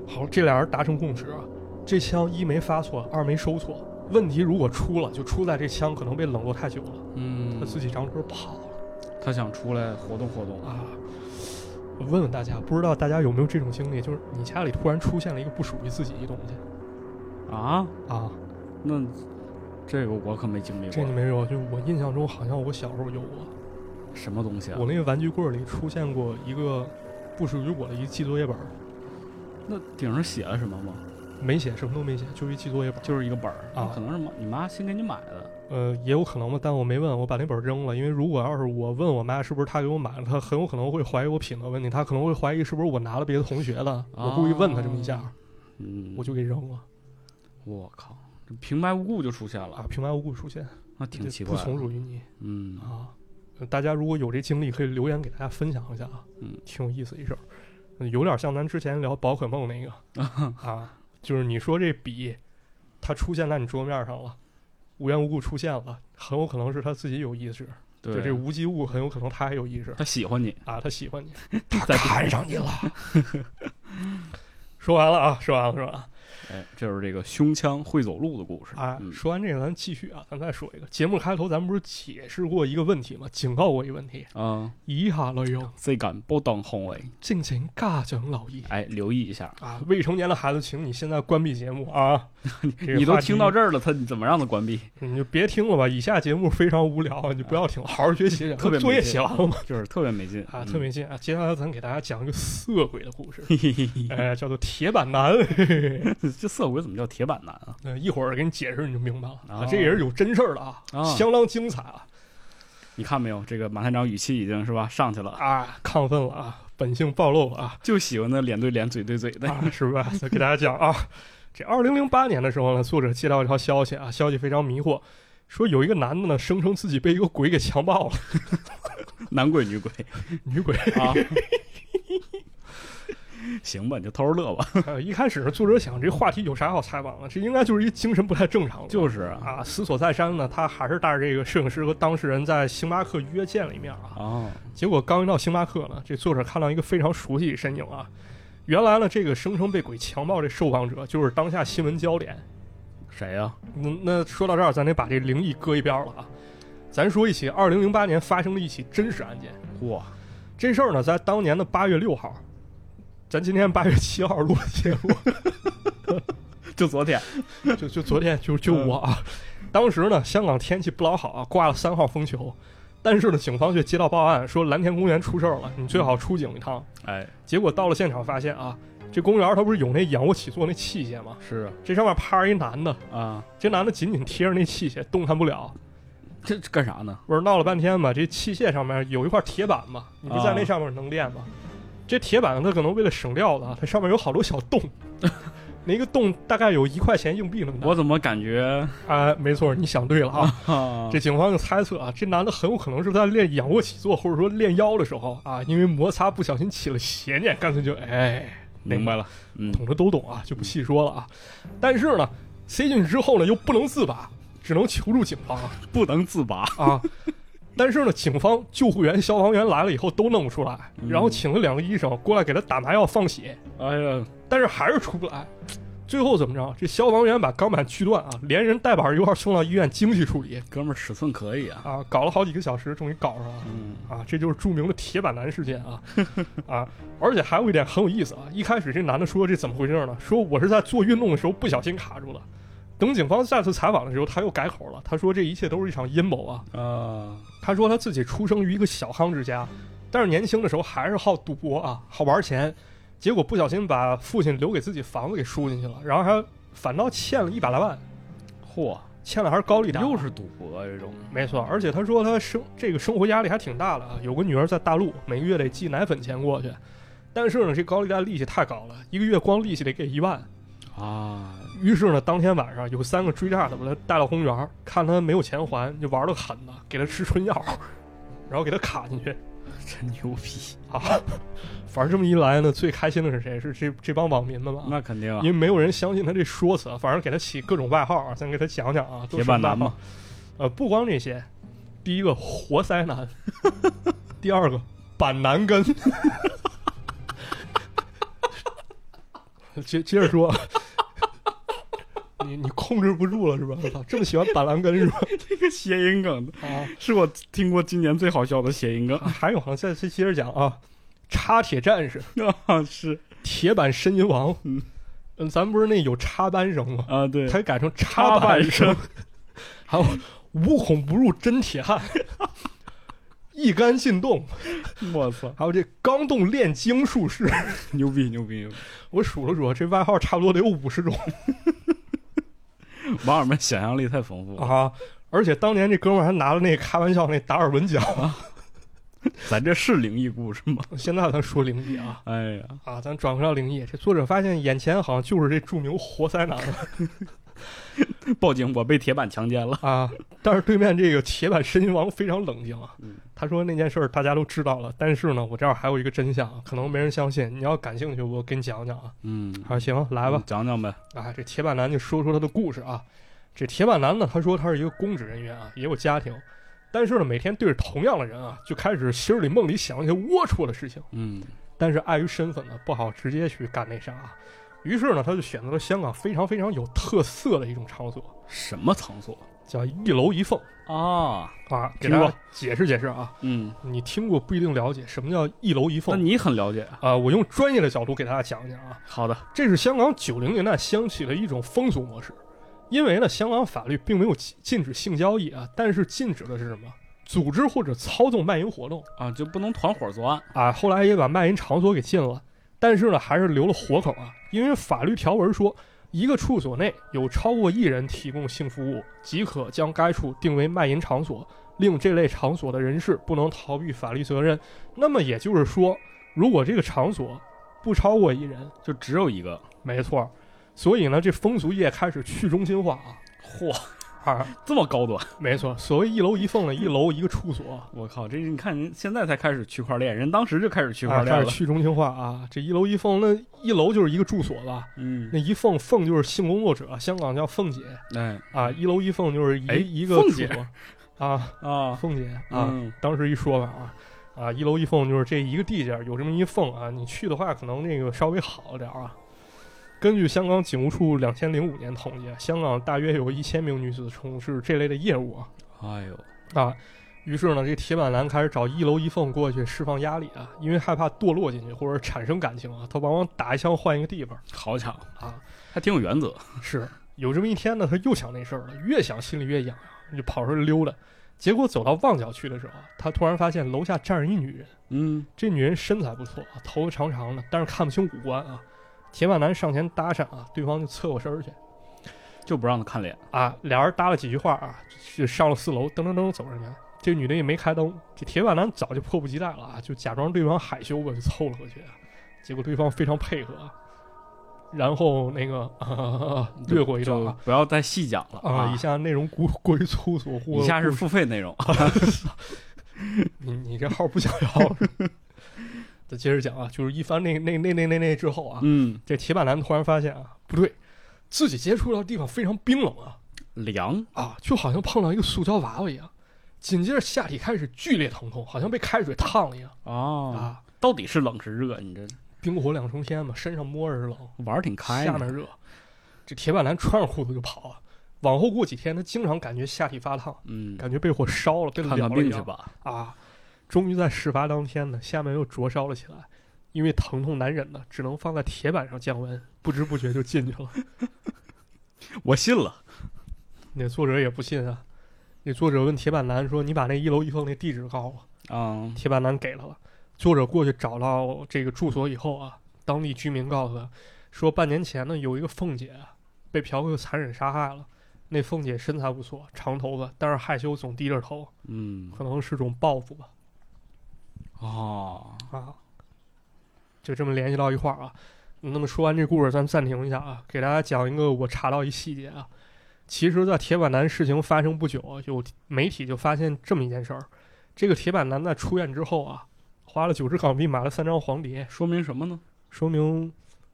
Speaker 1: 好，这俩人达成共识啊，这枪一没发错，二没收错。问题如果出了，就出在这枪可能被冷落太久了，
Speaker 2: 嗯
Speaker 1: 他，自己张车跑了
Speaker 2: 他想出来活动活动。
Speaker 1: 啊。我问问大家，不知道大家有没有这种经历，就是你家里突然出现了一个不属于自己的东西
Speaker 2: 啊，
Speaker 1: 啊？
Speaker 2: 那这个我可没经历
Speaker 1: 这你
Speaker 2: 过，
Speaker 1: 没有？就我印象中好像我小时候有过，
Speaker 2: 什么东西啊
Speaker 1: 我？那个玩具柜里出现过一个不属于我的一记作业本儿，
Speaker 2: 那顶上写了什么吗？
Speaker 1: 没写什么都没写，就一记作业本儿。
Speaker 2: 就是一个本儿
Speaker 1: 啊
Speaker 2: 可能是妈你妈新给你买的。
Speaker 1: 呃，也有可能吧，但我没问，我把那本扔了，因为如果要是我问我妈是不是她给我买了，她很有可能会怀疑我品德问题，她可能会怀疑是不是我拿了别的同学的，我故意问她这么一下，
Speaker 2: 嗯，
Speaker 1: 我就给扔了
Speaker 2: 我靠，这平白无故就出现了
Speaker 1: 啊，，平白无故出现，
Speaker 2: 那挺
Speaker 1: 这
Speaker 2: 奇怪
Speaker 1: 不
Speaker 2: 的。
Speaker 1: 从属于你
Speaker 2: 嗯
Speaker 1: 啊。呃大家如果有这经历，可以留言给大家分享一下啊，
Speaker 2: 嗯
Speaker 1: 挺有意思一事儿，嗯有点像咱之前聊宝可梦那个 啊，就是你说这笔，它出现在你桌面上了，无缘无故出现了，很有可能是他自己有意识。
Speaker 2: 对
Speaker 1: 就这无机物很有可能他还有意识
Speaker 2: 他喜欢你，
Speaker 1: 啊，他喜 欢你，
Speaker 2: 在
Speaker 1: 看上你了。 说完了啊，说完了，说完了
Speaker 2: 哎，这就是这个胸腔会走路的故事
Speaker 1: 啊！
Speaker 2: 嗯
Speaker 1: 说完这个，咱继续啊，咱再说一个。节目开头咱们不是解释过一个问题吗？警告过一个问题，
Speaker 2: 啊，
Speaker 1: 以下内容
Speaker 2: 这敢不当红卫，
Speaker 1: 敬请家长留意
Speaker 2: 哎，留意一下。
Speaker 1: 啊！未成年的孩子，请你现在关闭节目 啊！这个
Speaker 2: 你都
Speaker 1: 话题
Speaker 2: 听到这儿了，他你怎么让 他关闭？
Speaker 1: 你就别听了吧。以下节目非常无
Speaker 2: 啊
Speaker 1: 聊，你不要听了，好好学 习去。
Speaker 2: 特别
Speaker 1: 作业
Speaker 2: 没劲嗯
Speaker 1: 写完了吗？
Speaker 2: 就是特别没劲
Speaker 1: 啊，特别近啊！接下来咱给大家讲一个色鬼的故 事。
Speaker 2: 嗯
Speaker 1: 哎，叫做铁板男。
Speaker 2: 这色鬼怎么叫铁板男啊？
Speaker 1: 呃，一会儿给你解释你就明白了啊
Speaker 2: 哦，
Speaker 1: 这也是有真事儿的啊，
Speaker 2: 啊
Speaker 1: 相当精彩啊
Speaker 2: 你看没有，这个马探长语气已经是吧上去了，
Speaker 1: 啊，亢奋了啊，本性暴露了啊，
Speaker 2: 就喜欢那脸对脸、嘴对嘴 的。
Speaker 1: 啊是吧？再给大家讲啊，这二零零八年的时候呢，作者接到一条消息啊，消息非常迷惑，说有一个男的呢，声称自己被一个鬼给强暴了，
Speaker 2: 男鬼女鬼
Speaker 1: 女鬼。
Speaker 2: 啊， 行吧，你就偷着乐吧。
Speaker 1: 呃一开始呢作者想这话题有啥好采访的，这应该就是一精神不太正常的。
Speaker 2: 就是啊，
Speaker 1: 啊，思索再三呢，他还是带着这个摄影师和当事人在星巴克约见了一面啊。
Speaker 2: 哦，
Speaker 1: 结果刚一到星巴克呢，这作者看到一个非常熟悉的身影啊。原来呢，这个声称被鬼强暴这受访者就是当下新闻焦点。
Speaker 2: 谁呀、
Speaker 1: 嗯，那说到这儿，咱得把这灵异搁一边了啊。咱说一起二零零八年发生的一起真实案件。
Speaker 2: 哇，
Speaker 1: 这事儿呢，在当年的八月六号，咱今天八月七号录的节目，
Speaker 2: 就昨天，
Speaker 1: 就就昨天就就我啊，当时呢，香港天气不老好啊，挂了三号风球，但是呢，警方却接到报案说蓝田公园出事儿了，你最好出警一趟。
Speaker 2: 哎，
Speaker 1: 结果到了现场发现啊，这公园它不是有那仰卧起坐那器械吗？
Speaker 2: 是
Speaker 1: 这上面趴着一男的，
Speaker 2: 啊，
Speaker 1: 这男的紧紧贴着那器械，动弹不了。
Speaker 2: 这这干啥呢？
Speaker 1: 我说闹了半天嘛，这器械上面有一块铁板嘛，你不是
Speaker 2: 啊
Speaker 1: 在那上面能练吗？这铁板它可能为了省料子啊，它上面有好多小 洞，那个洞大概有一块钱硬币那么大。
Speaker 2: 我怎么感觉
Speaker 1: 啊，没错，你想对了啊。
Speaker 2: 啊
Speaker 1: 这警方就猜测啊，这男的很有可能是在练仰卧起坐或者说练腰的时候啊，因为摩擦不小心起了邪念，干脆就哎，
Speaker 2: 明白了，嗯，
Speaker 1: 懂的都懂啊，就不细说了啊。但是呢，塞进去之后呢，又不能自拔，只能求助警方啊。
Speaker 2: 不能自拔，
Speaker 1: 啊。但是呢，警方、救护员、消防员来了以后都弄不出来，
Speaker 2: 嗯
Speaker 1: 然后请了两个医生过来给他打麻药放血，
Speaker 2: 哎呀，
Speaker 1: 但是还是出不来。最后怎么着？这消防员把钢板锯断啊，连人带板一块儿送到医院精细处理
Speaker 2: 哥们儿尺寸可以啊，
Speaker 1: 啊，搞了好几个小时，终于搞上了
Speaker 2: 嗯，
Speaker 1: 啊！这就是著名的铁板男事件啊啊！而且还有一点很有意思啊，一开始这男的说这怎么回事呢？说我是在做运动的时候不小心卡住了。等警方再次采访的时候，他又改口了，他说这一切都是一场阴谋啊。
Speaker 2: 啊，
Speaker 1: 他说他自己出生于一个小康之家，但是年轻的时候还是好赌博啊，好玩钱，结果不小心把父亲留给自己房子给输进去了，然后还反倒欠了一百来万，
Speaker 2: 嚯，
Speaker 1: 欠的还是高利贷。
Speaker 2: 又是赌博啊这种，
Speaker 1: 没错，而且他说他生这个生活压力还挺大的啊，有个女儿在大陆，每个月得寄奶粉钱过去，但是呢，这高利贷利息太高了，一个月光利息得给一万。
Speaker 2: 啊，
Speaker 1: 于是呢，当天晚上有三个追债的把他带到公园，看他没有钱还，就玩的狠的，给他吃春药，然后给他卡进去。
Speaker 2: 真牛逼，
Speaker 1: 啊，反正这么一来呢，最开心的是谁？是这这帮网民们吧？
Speaker 2: 那肯定啊
Speaker 1: 因，为没有人相信他这说辞，反正给他起各种外号啊，咱给他讲讲啊。都
Speaker 2: 铁
Speaker 1: 是
Speaker 2: 板男
Speaker 1: 外号
Speaker 2: 嘛，
Speaker 1: 呃，不光这些，第一个活塞 男，第二个板男根。接接着说，你你控制不住了是吧？我操，这么喜欢板蓝根是吧？
Speaker 2: 这个谐音梗
Speaker 1: 啊，
Speaker 2: 是我听过今年最好笑的谐 音梗
Speaker 1: 还有呢，再再接着讲啊，插铁战士，
Speaker 2: 啊，是
Speaker 1: 铁板呻吟王，
Speaker 2: 嗯
Speaker 1: 嗯，咱们不是那有插班生吗？
Speaker 2: 啊，对，
Speaker 1: 他改成
Speaker 2: 插
Speaker 1: 插
Speaker 2: 板
Speaker 1: 班
Speaker 2: 生
Speaker 1: 生，还有无孔不入真铁 汉，一杆进洞，
Speaker 2: 我操，
Speaker 1: 还有这钢洞炼精术士。
Speaker 2: 牛逼牛逼！牛逼
Speaker 1: 我数了数，这外号差不多得有五十种
Speaker 2: 网友们想象力太丰富了，
Speaker 1: 啊！而且当年这哥们儿还拿了那开玩笑那达尔文奖。
Speaker 2: 咱这是灵异故事 吗？
Speaker 1: 现在咱说灵异啊
Speaker 2: 哎呀，
Speaker 1: 啊，咱转回到灵异，这作者发现眼前好像就是这著名活塞男了
Speaker 2: 报警，我被铁板强奸了。
Speaker 1: 啊！但是对面这个铁板呻吟王非常冷静啊。他说那件事儿大家都知道了，但是呢，我这儿还有一个真相，啊可能没人相信。你要感兴趣，我给你讲讲啊。
Speaker 2: 嗯，
Speaker 1: 啊，行，来吧
Speaker 2: 你。讲讲呗。
Speaker 1: 啊，这铁板男就说说他的故事啊。这铁板男呢，他说他是一个公职人员啊，也有家庭，但是呢，每天对着同样的人啊，就开始心里梦里想一些龌龊的事情。
Speaker 2: 嗯，
Speaker 1: 但是碍于身份呢，不好直接去干那啥、啊。于是呢，他就选择了香港非常非常有特色的一种场所，
Speaker 2: 什么场所
Speaker 1: 叫一楼一凤
Speaker 2: 啊？
Speaker 1: 啊。给
Speaker 2: 听
Speaker 1: 大
Speaker 2: 过
Speaker 1: 家解释解释啊，
Speaker 2: 嗯，
Speaker 1: 你听过不一定了解什么叫一楼一凤
Speaker 2: 那。你很了解啊。
Speaker 1: 啊、我用专业的角度给大家讲一讲啊，
Speaker 2: 好的，
Speaker 1: 这是香港九零年代兴起的一种风俗模式。因为呢，香港法律并没有禁禁止性交易啊，但是禁止的是什么？组织或者操纵卖淫活动
Speaker 2: 啊，就不能团伙作案。
Speaker 1: 啊。后来也把卖淫场所给禁了，但是呢，还是留了活口啊，因为法律条文说，一个处所内有超过一人提供性服务，即可将该处定为卖淫场所，令这类场所的人士不能逃避法律责任。那么也就是说，如果这个场所不超过一人，
Speaker 2: 就只有一个。
Speaker 1: 没错儿，所以呢，这风俗业开始去中心化
Speaker 2: 嚯，
Speaker 1: 啊 啊，
Speaker 2: 这么高端！
Speaker 1: 没错，所谓一楼一凤呢，一楼一个处所，
Speaker 2: 我靠，这你看人现在才开始区块链，人当时就开始区块
Speaker 1: 啊，开
Speaker 2: 链
Speaker 1: 始
Speaker 2: 了。
Speaker 1: 去中心化啊，这一楼一凤，那一楼就是一个住所吧，
Speaker 2: 嗯，
Speaker 1: 那一凤凤就是性工作者，香港叫凤姐
Speaker 2: 哎
Speaker 1: 啊，一楼一凤就是一
Speaker 2: 哎
Speaker 1: 一个
Speaker 2: 凤
Speaker 1: 处
Speaker 2: 姐
Speaker 1: 所啊，
Speaker 2: 啊
Speaker 1: 凤姐啊，
Speaker 2: 嗯
Speaker 1: 当时一说法啊。啊，一楼一凤就是这一个地界儿有这么一凤啊，你去的话可能那个稍微好点儿啊。根据香港警务处两千零五年统计，香港大约有一千名女子从事这类的业务啊。
Speaker 2: 哎呦，
Speaker 1: 啊。于是呢，这铁板男开始找一楼一缝过去释放压力啊，因为害怕堕落进去或者产生感情啊，他往往打一枪换一个地方
Speaker 2: 好家伙，
Speaker 1: 啊。
Speaker 2: 还挺有原则。
Speaker 1: 是有这么一天呢，他又想那事儿了，越想心里越痒痒，就跑出来溜达。结果走到旺角区的时候，他突然发现楼下站着一女人，
Speaker 2: 嗯，
Speaker 1: 这女人身材不错，啊头发长长的，但是看不清五官啊。铁板男上前搭讪啊，对方就侧过身儿去
Speaker 2: 就不让他看脸。
Speaker 1: 啊，俩人搭了几句话啊，就上了四楼，噔噔噔走上去。这女的也没开灯，这铁板男早就迫不及待了啊，就假装对方害羞吧，就凑了过去。啊结果对方非常配合，啊然后那个、啊、 略过一段
Speaker 2: 就
Speaker 1: 啊，
Speaker 2: 不要再细讲了
Speaker 1: 啊，以下内啊容 过过于粗俗，或
Speaker 2: 以下是付费内容。
Speaker 1: 你你这号不想要 是吧。再接着讲啊，就是一番那那那那那那之后啊，
Speaker 2: 嗯，
Speaker 1: 这铁板男突然发现啊，不对，自己接触到的地方非常冰冷啊
Speaker 2: 凉，
Speaker 1: 啊，就好像碰到一个塑胶娃娃一样。紧接着下体开始剧烈疼痛，好像被开水烫了一样
Speaker 2: 哦，
Speaker 1: 啊！
Speaker 2: 到底是冷是热？你这
Speaker 1: 冰火两重天嘛，身上摸着是冷，
Speaker 2: 玩儿挺开
Speaker 1: 下
Speaker 2: 呢
Speaker 1: 面热。这铁板男穿上裤子就跑啊。往后过几天，他经常感觉下体发烫，
Speaker 2: 嗯，
Speaker 1: 感觉被火烧了，被燎
Speaker 2: 看
Speaker 1: 了
Speaker 2: 看
Speaker 1: 一
Speaker 2: 病
Speaker 1: 样
Speaker 2: 去吧。
Speaker 1: 啊，终于在事发当天呢，下面又灼烧了起来，因为疼痛难忍呢，只能放在铁板上降温，不知不觉就进去了。
Speaker 2: 我信了。
Speaker 1: 那作者也不信啊，那作者问铁板男说：“你把那一楼一缝那地址告我。
Speaker 2: 嗯”，
Speaker 1: 铁板男给了了，作者过去找到这个住所以后啊，当地居民告诉他说，半年前呢有一个凤姐啊被嫖客残忍杀害了。那凤姐身材不错，长头发，但是害羞总低着头，
Speaker 2: 嗯，
Speaker 1: 可能是种报复吧。
Speaker 2: 哦，
Speaker 1: 啊，就这么联系到一块儿啊。那么说完这故事，咱暂停一下啊，给大家讲一个我查到一细节啊。其实，在铁板男事情发生不久啊，有媒体就发现这么一件事儿：这个铁板男在出院之后啊，花了九十港币买了三张黄碟，
Speaker 2: 说明什么呢？
Speaker 1: 说明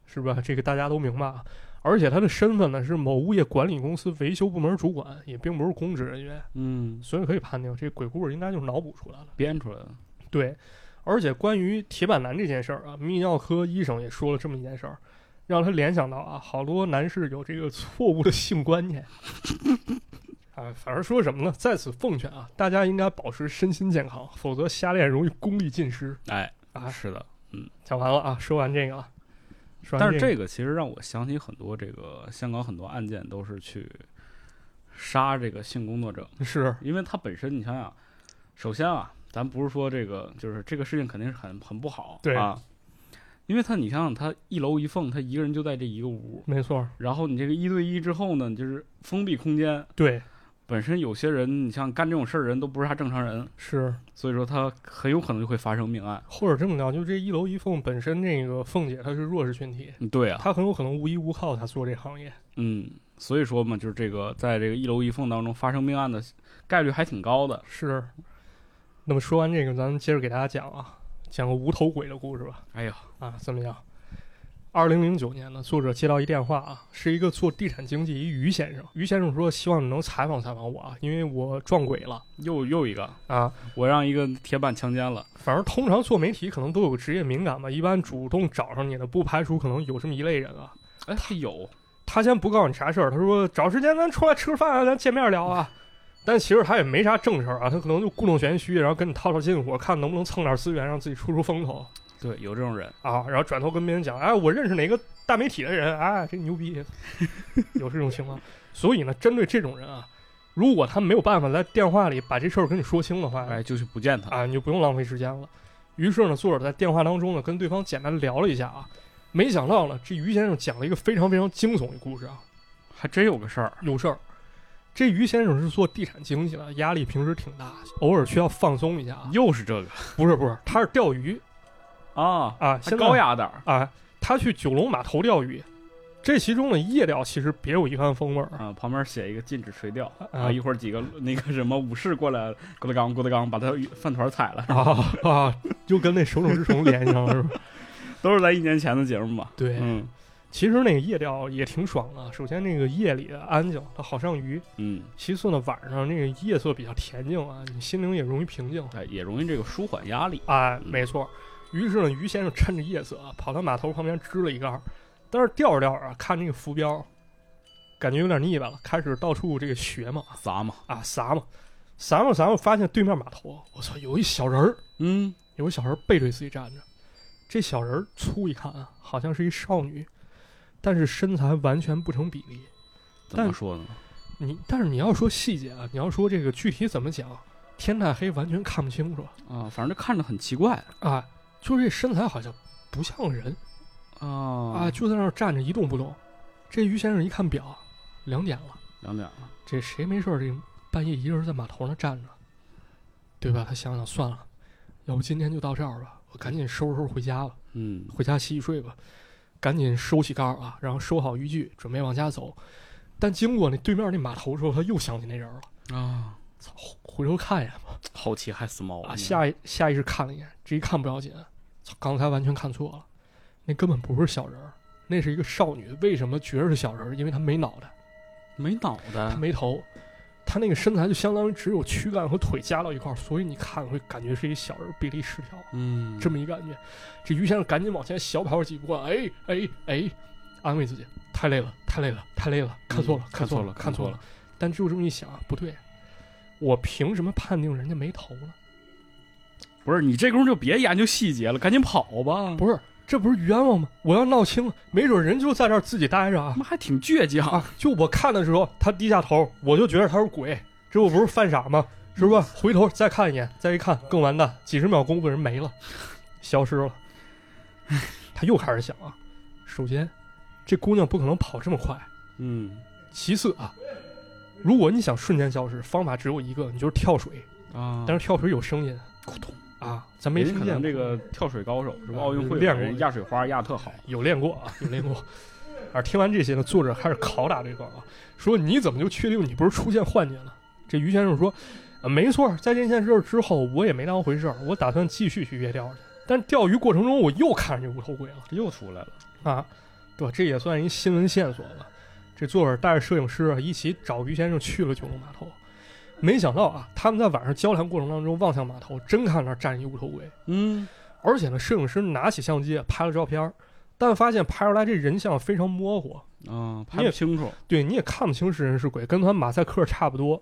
Speaker 1: 是吧？这个大家都明白啊。而且他的身份呢是某物业管理公司维修部门主管，也并不是公职人员，
Speaker 2: 嗯，
Speaker 1: 所以可以判定这鬼故事应该就是脑补出来的。
Speaker 2: 编出来的。
Speaker 1: 对，而且关于铁板男这件事儿啊，泌尿科医生也说了这么一件事儿，让他联想到啊，好多男士有这个错误的性观念。啊，反而说什么呢？在此奉劝啊，大家应该保持身心健康，否则瞎练容易功力尽失。
Speaker 2: 哎，
Speaker 1: 啊
Speaker 2: 是的。
Speaker 1: 讲完了啊，说完这个啊，说
Speaker 2: 但
Speaker 1: 完
Speaker 2: 是
Speaker 1: 个
Speaker 2: 这个其实让我想起很多这个香港很多案件都是去杀这个性工作者，
Speaker 1: 是
Speaker 2: 因为它本身你想想，首先啊，咱不是说这个，就是这个事情肯定是很很不好，
Speaker 1: 对
Speaker 2: 啊，因为他你想想，他一楼一缝，他一个人就在这一个屋，
Speaker 1: 没错儿，
Speaker 2: 然后你这个一对一之后呢，你就是封闭空间，
Speaker 1: 对，
Speaker 2: 本身有些人你像干这种事儿的人都不是啥正常人，
Speaker 1: 是
Speaker 2: 所以说他很有可能就会发生命案。
Speaker 1: 或者这么聊，就这一楼一凤本身这个凤姐她是弱势群体，
Speaker 2: 嗯对啊，
Speaker 1: 她很有可能无依无靠，她做这行业。
Speaker 2: 嗯，所以说嘛，就是这个在这个一楼一缝当中发生命案的概率还挺高的。
Speaker 1: 是。那么说完这个，咱们接着给大家讲啊，讲个无头鬼的故事吧。
Speaker 2: 哎呀，
Speaker 1: 啊，怎么样？二零零九年呢，作者接到一电话啊，是一个做地产经纪一于先生。于先生说，希望你能采访采访我啊，因为我撞鬼了
Speaker 2: 又又一个，
Speaker 1: 啊。
Speaker 2: 我让一个铁板强奸了。
Speaker 1: 反正通常做媒体可能都有个职业敏感吧，一般主动找上你的，不排除可能有这么一类人啊。
Speaker 2: 哎，他有，
Speaker 1: 他先不告诉你啥事儿，他说找时间咱出来吃个饭啊，咱见面聊啊。但其实他也没啥正事儿啊，他可能就故弄玄虚，然后跟你套套近乎，看能不能蹭点资源，让自己出出风头
Speaker 2: 对，有这种人。
Speaker 1: 啊。然后转头跟别人讲，哎，我认识哪个大媒体的人，哎，这牛逼，有这种情况。所以呢，针对这种人啊，如果他没有办法在电话里把这事儿跟你说清的话，
Speaker 2: 哎，就去不见他。
Speaker 1: 啊，你就不用浪费时间了。于是呢，作者在电话当中呢，跟对方简单聊了一下啊，没想到呢，这于先生讲了一个非常非常惊悚的故事啊。
Speaker 2: 还真有个事儿。
Speaker 1: 有事儿。这于先生是做地产经济的，压力平时挺大，偶尔需要放松一下啊。
Speaker 2: 又是这个
Speaker 1: 不是不是，他是钓鱼
Speaker 2: 啊，
Speaker 1: 啊，
Speaker 2: 还
Speaker 1: 现在
Speaker 2: 高雅点儿
Speaker 1: 啊，他去九龙码头钓鱼。这其中的夜钓其实别有一番风味儿
Speaker 2: 啊，旁边写一个禁止垂钓
Speaker 1: 啊
Speaker 2: 啊，一会儿几个那个什么武士过来，郭德纲郭德纲把他饭团踩了，
Speaker 1: 啊啊，就跟那手冢治虫联系上了，是 吧？
Speaker 2: 都是在一年前的节目嘛。
Speaker 1: 对，
Speaker 2: 嗯
Speaker 1: 其实那个夜钓也挺爽的。首先，那个夜里的安静，它好上鱼；
Speaker 2: 嗯，
Speaker 1: 其次呢，晚上那个夜色比较恬静啊，你心灵也容易平静。
Speaker 2: 哎，也容易这个舒缓压力。
Speaker 1: 哎，没错。于是呢，于先生趁着夜色啊，跑到码头旁边支了一杆，但是钓着钓着啊，看这个浮标，感觉有点腻歪了，开始到处这个学嘛
Speaker 2: 砸嘛，
Speaker 1: 啊撒嘛。散吧散吧，发现对面码头，啊我操，有一小人儿，
Speaker 2: 嗯，
Speaker 1: 有个小人儿背对自己站着。这小人儿粗一看啊，好像是一少女，但是身材完全不成比例。
Speaker 2: 怎么
Speaker 1: 但
Speaker 2: 说呢？
Speaker 1: 你但是你要说细节啊，你要说这个具体怎么讲，天太黑完全看不清楚
Speaker 2: 啊，反正就看着很奇怪
Speaker 1: 啊，就这身材好像不像人
Speaker 2: 啊
Speaker 1: 啊，
Speaker 2: 啊，
Speaker 1: 就在那儿站着一动不动。这于先生一看表，两点了，
Speaker 2: 两点了，
Speaker 1: 这谁没事儿这半夜一个人在码头上站着，对吧？他想想算了，要不今天就到这儿吧，我赶紧收拾收拾回家了。
Speaker 2: 嗯
Speaker 1: 回家洗洗睡吧，赶紧收起杆儿啊，然后收好渔具，准备往家走。但经过那对面那码头的时候，他又想起那人了，
Speaker 2: 啊，
Speaker 1: 操，回头看一眼吧。
Speaker 2: 好奇害死猫嗯
Speaker 1: 啊，下意下意识看了一眼，这一看不要紧，操，刚才完全看错了，那根本不是小人儿，那是一个少女。为什么觉着是小人儿？因为她没脑袋，
Speaker 2: 没脑
Speaker 1: 她
Speaker 2: 袋，
Speaker 1: 没头，她那个身材就相当于只有躯干和腿加到一块儿，所以你看会感觉是一小人儿比例失调。
Speaker 2: 嗯，
Speaker 1: 这么一感觉。这于先生赶紧往前小跑几步啊，哎哎哎，安慰自己，太累了，太累了，太累了，看错了，
Speaker 2: 嗯看
Speaker 1: 错
Speaker 2: 了，
Speaker 1: 看
Speaker 2: 看
Speaker 1: 错
Speaker 2: 了。，
Speaker 1: 但只有这么一想，啊不对，我凭什么判定人家没头呢？
Speaker 2: 不是你这功夫就别研究细节了，赶紧跑吧。
Speaker 1: 不是，这不是冤枉吗？我要闹清了，没准人就在这儿自己待着啊
Speaker 2: 他妈还挺倔强
Speaker 1: 啊！就我看的时候，他低下头，我就觉得他是鬼，这我不是犯傻吗？是
Speaker 2: 嗯
Speaker 1: 吧？回头再看一眼，再一看更完蛋，几十秒功夫人没了，消失了。他又开始想啊，首先，这姑娘不可能跑这么快；
Speaker 2: 嗯
Speaker 1: 其次啊，如果你想瞬间消失，方法只有一个，你就是跳水，
Speaker 2: 啊
Speaker 1: 但是跳水有声音
Speaker 2: 扑通，
Speaker 1: 啊，咱没
Speaker 2: 人家
Speaker 1: 听
Speaker 2: 可
Speaker 1: 见
Speaker 2: 能这个跳水高手是吧？
Speaker 1: 啊
Speaker 2: 奥运会
Speaker 1: 练
Speaker 2: 人
Speaker 1: 过
Speaker 2: 压水花压特好，
Speaker 1: 有练过啊，有练过。而听完这些呢，作者开始拷打对方啊，说你怎么就确定你不是出现幻觉了？这于先生说，呃没错，在这件事之后，我也没当回事儿，我打算继续去夜钓去。但是钓鱼过程中，我又看上这无头鬼了
Speaker 2: 又出来了。
Speaker 1: 啊，对吧？这也算一新闻线索吧。这作者带着摄影师啊一起找于先生去了九龙码头，没想到啊，他们在晚上交谈过程当中望向码头，真看那儿站一无头鬼。
Speaker 2: 嗯，
Speaker 1: 而且呢，摄影师拿起相机拍了照片儿，但发现拍出来这人像非常模糊，
Speaker 2: 啊，
Speaker 1: 你
Speaker 2: 拍
Speaker 1: 也
Speaker 2: 不清楚，
Speaker 1: 对，你也看不清是人是鬼，跟他马赛克差不多。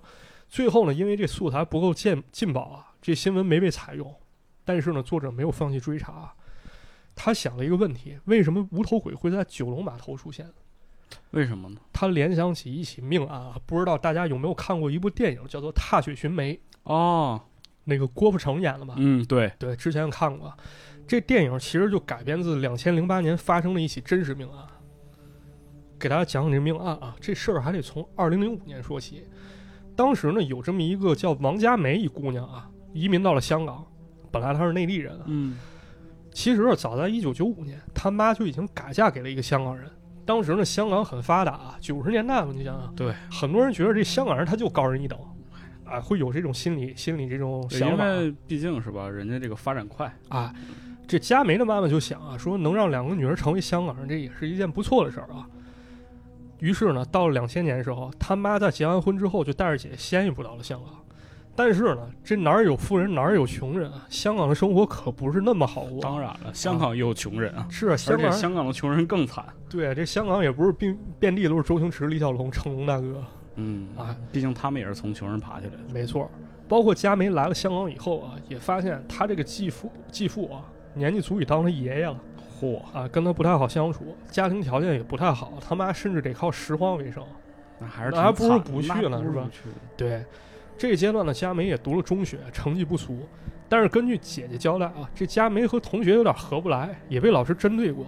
Speaker 1: 最后呢，因为这素材不够劲劲爆啊，这新闻没被采用。但是呢，作者没有放弃追查，他想了一个问题：为什么无头鬼会在九龙码头出现？
Speaker 2: 为什么呢？
Speaker 1: 他联想起一起命案啊，不知道大家有没有看过一部电影叫做《踏雪寻梅》，
Speaker 2: 哦，
Speaker 1: 那个郭富城演的吧？
Speaker 2: 嗯，对，
Speaker 1: 对，之前看过。这电影其实就改编自两千零八年发生的一起真实命案。给大家讲讲这命案啊，这事儿还得从二零零五年说起。当时呢，有这么一个叫王佳梅一姑娘啊，移民到了香港。本来她是内地人啊，
Speaker 2: 嗯
Speaker 1: 其实早在一九九五年，她妈就已经改嫁给了一个香港人。当时呢，香港很发达啊，九十年代嘛，你想想，
Speaker 2: 对，哎
Speaker 1: 很多人觉得这香港人他就高人一等，啊，会有这种心理心理这种
Speaker 2: 对，
Speaker 1: 想
Speaker 2: 因
Speaker 1: 法啊。
Speaker 2: 为毕竟是吧，人家这个发展快，
Speaker 1: 啊，这佳梅的妈妈就想啊，说能让两个女儿成为香港人，这也是一件不错的事儿啊。于是呢，到了两千年的时候，他妈在结完婚之后就带着姐姐先一步到了香港。但是呢，这哪儿有富人哪儿有穷人啊？香港的生活可不是那么好过。
Speaker 2: 当然了，香港也有穷人啊，
Speaker 1: 是啊，香
Speaker 2: 而且
Speaker 1: 港
Speaker 2: 啊香港的穷人更惨，
Speaker 1: 对这香港也不是遍遍地都是周星驰、李小龙、成龙大哥，
Speaker 2: 嗯
Speaker 1: 啊，
Speaker 2: 毕竟他们也是从穷人爬起来的，
Speaker 1: 没错。包括佳梅来了香港以后啊，也发现她这个继父继父啊，年纪足以当她爷爷了。
Speaker 2: 嚯，
Speaker 1: 啊，跟他不太好相处，家庭条件也不太好，他妈甚至得靠拾荒为生。
Speaker 2: 那还是
Speaker 1: 那还
Speaker 2: 挺
Speaker 1: 不如
Speaker 2: 惨
Speaker 1: 不去
Speaker 2: 的那
Speaker 1: 呢
Speaker 2: 不
Speaker 1: 是
Speaker 2: 如
Speaker 1: 吧
Speaker 2: 不去
Speaker 1: 对，这一阶段呢，佳梅也读了中学，成绩不俗，但是根据姐姐交代啊，这佳梅和同学有点合不来，也被老师针对过。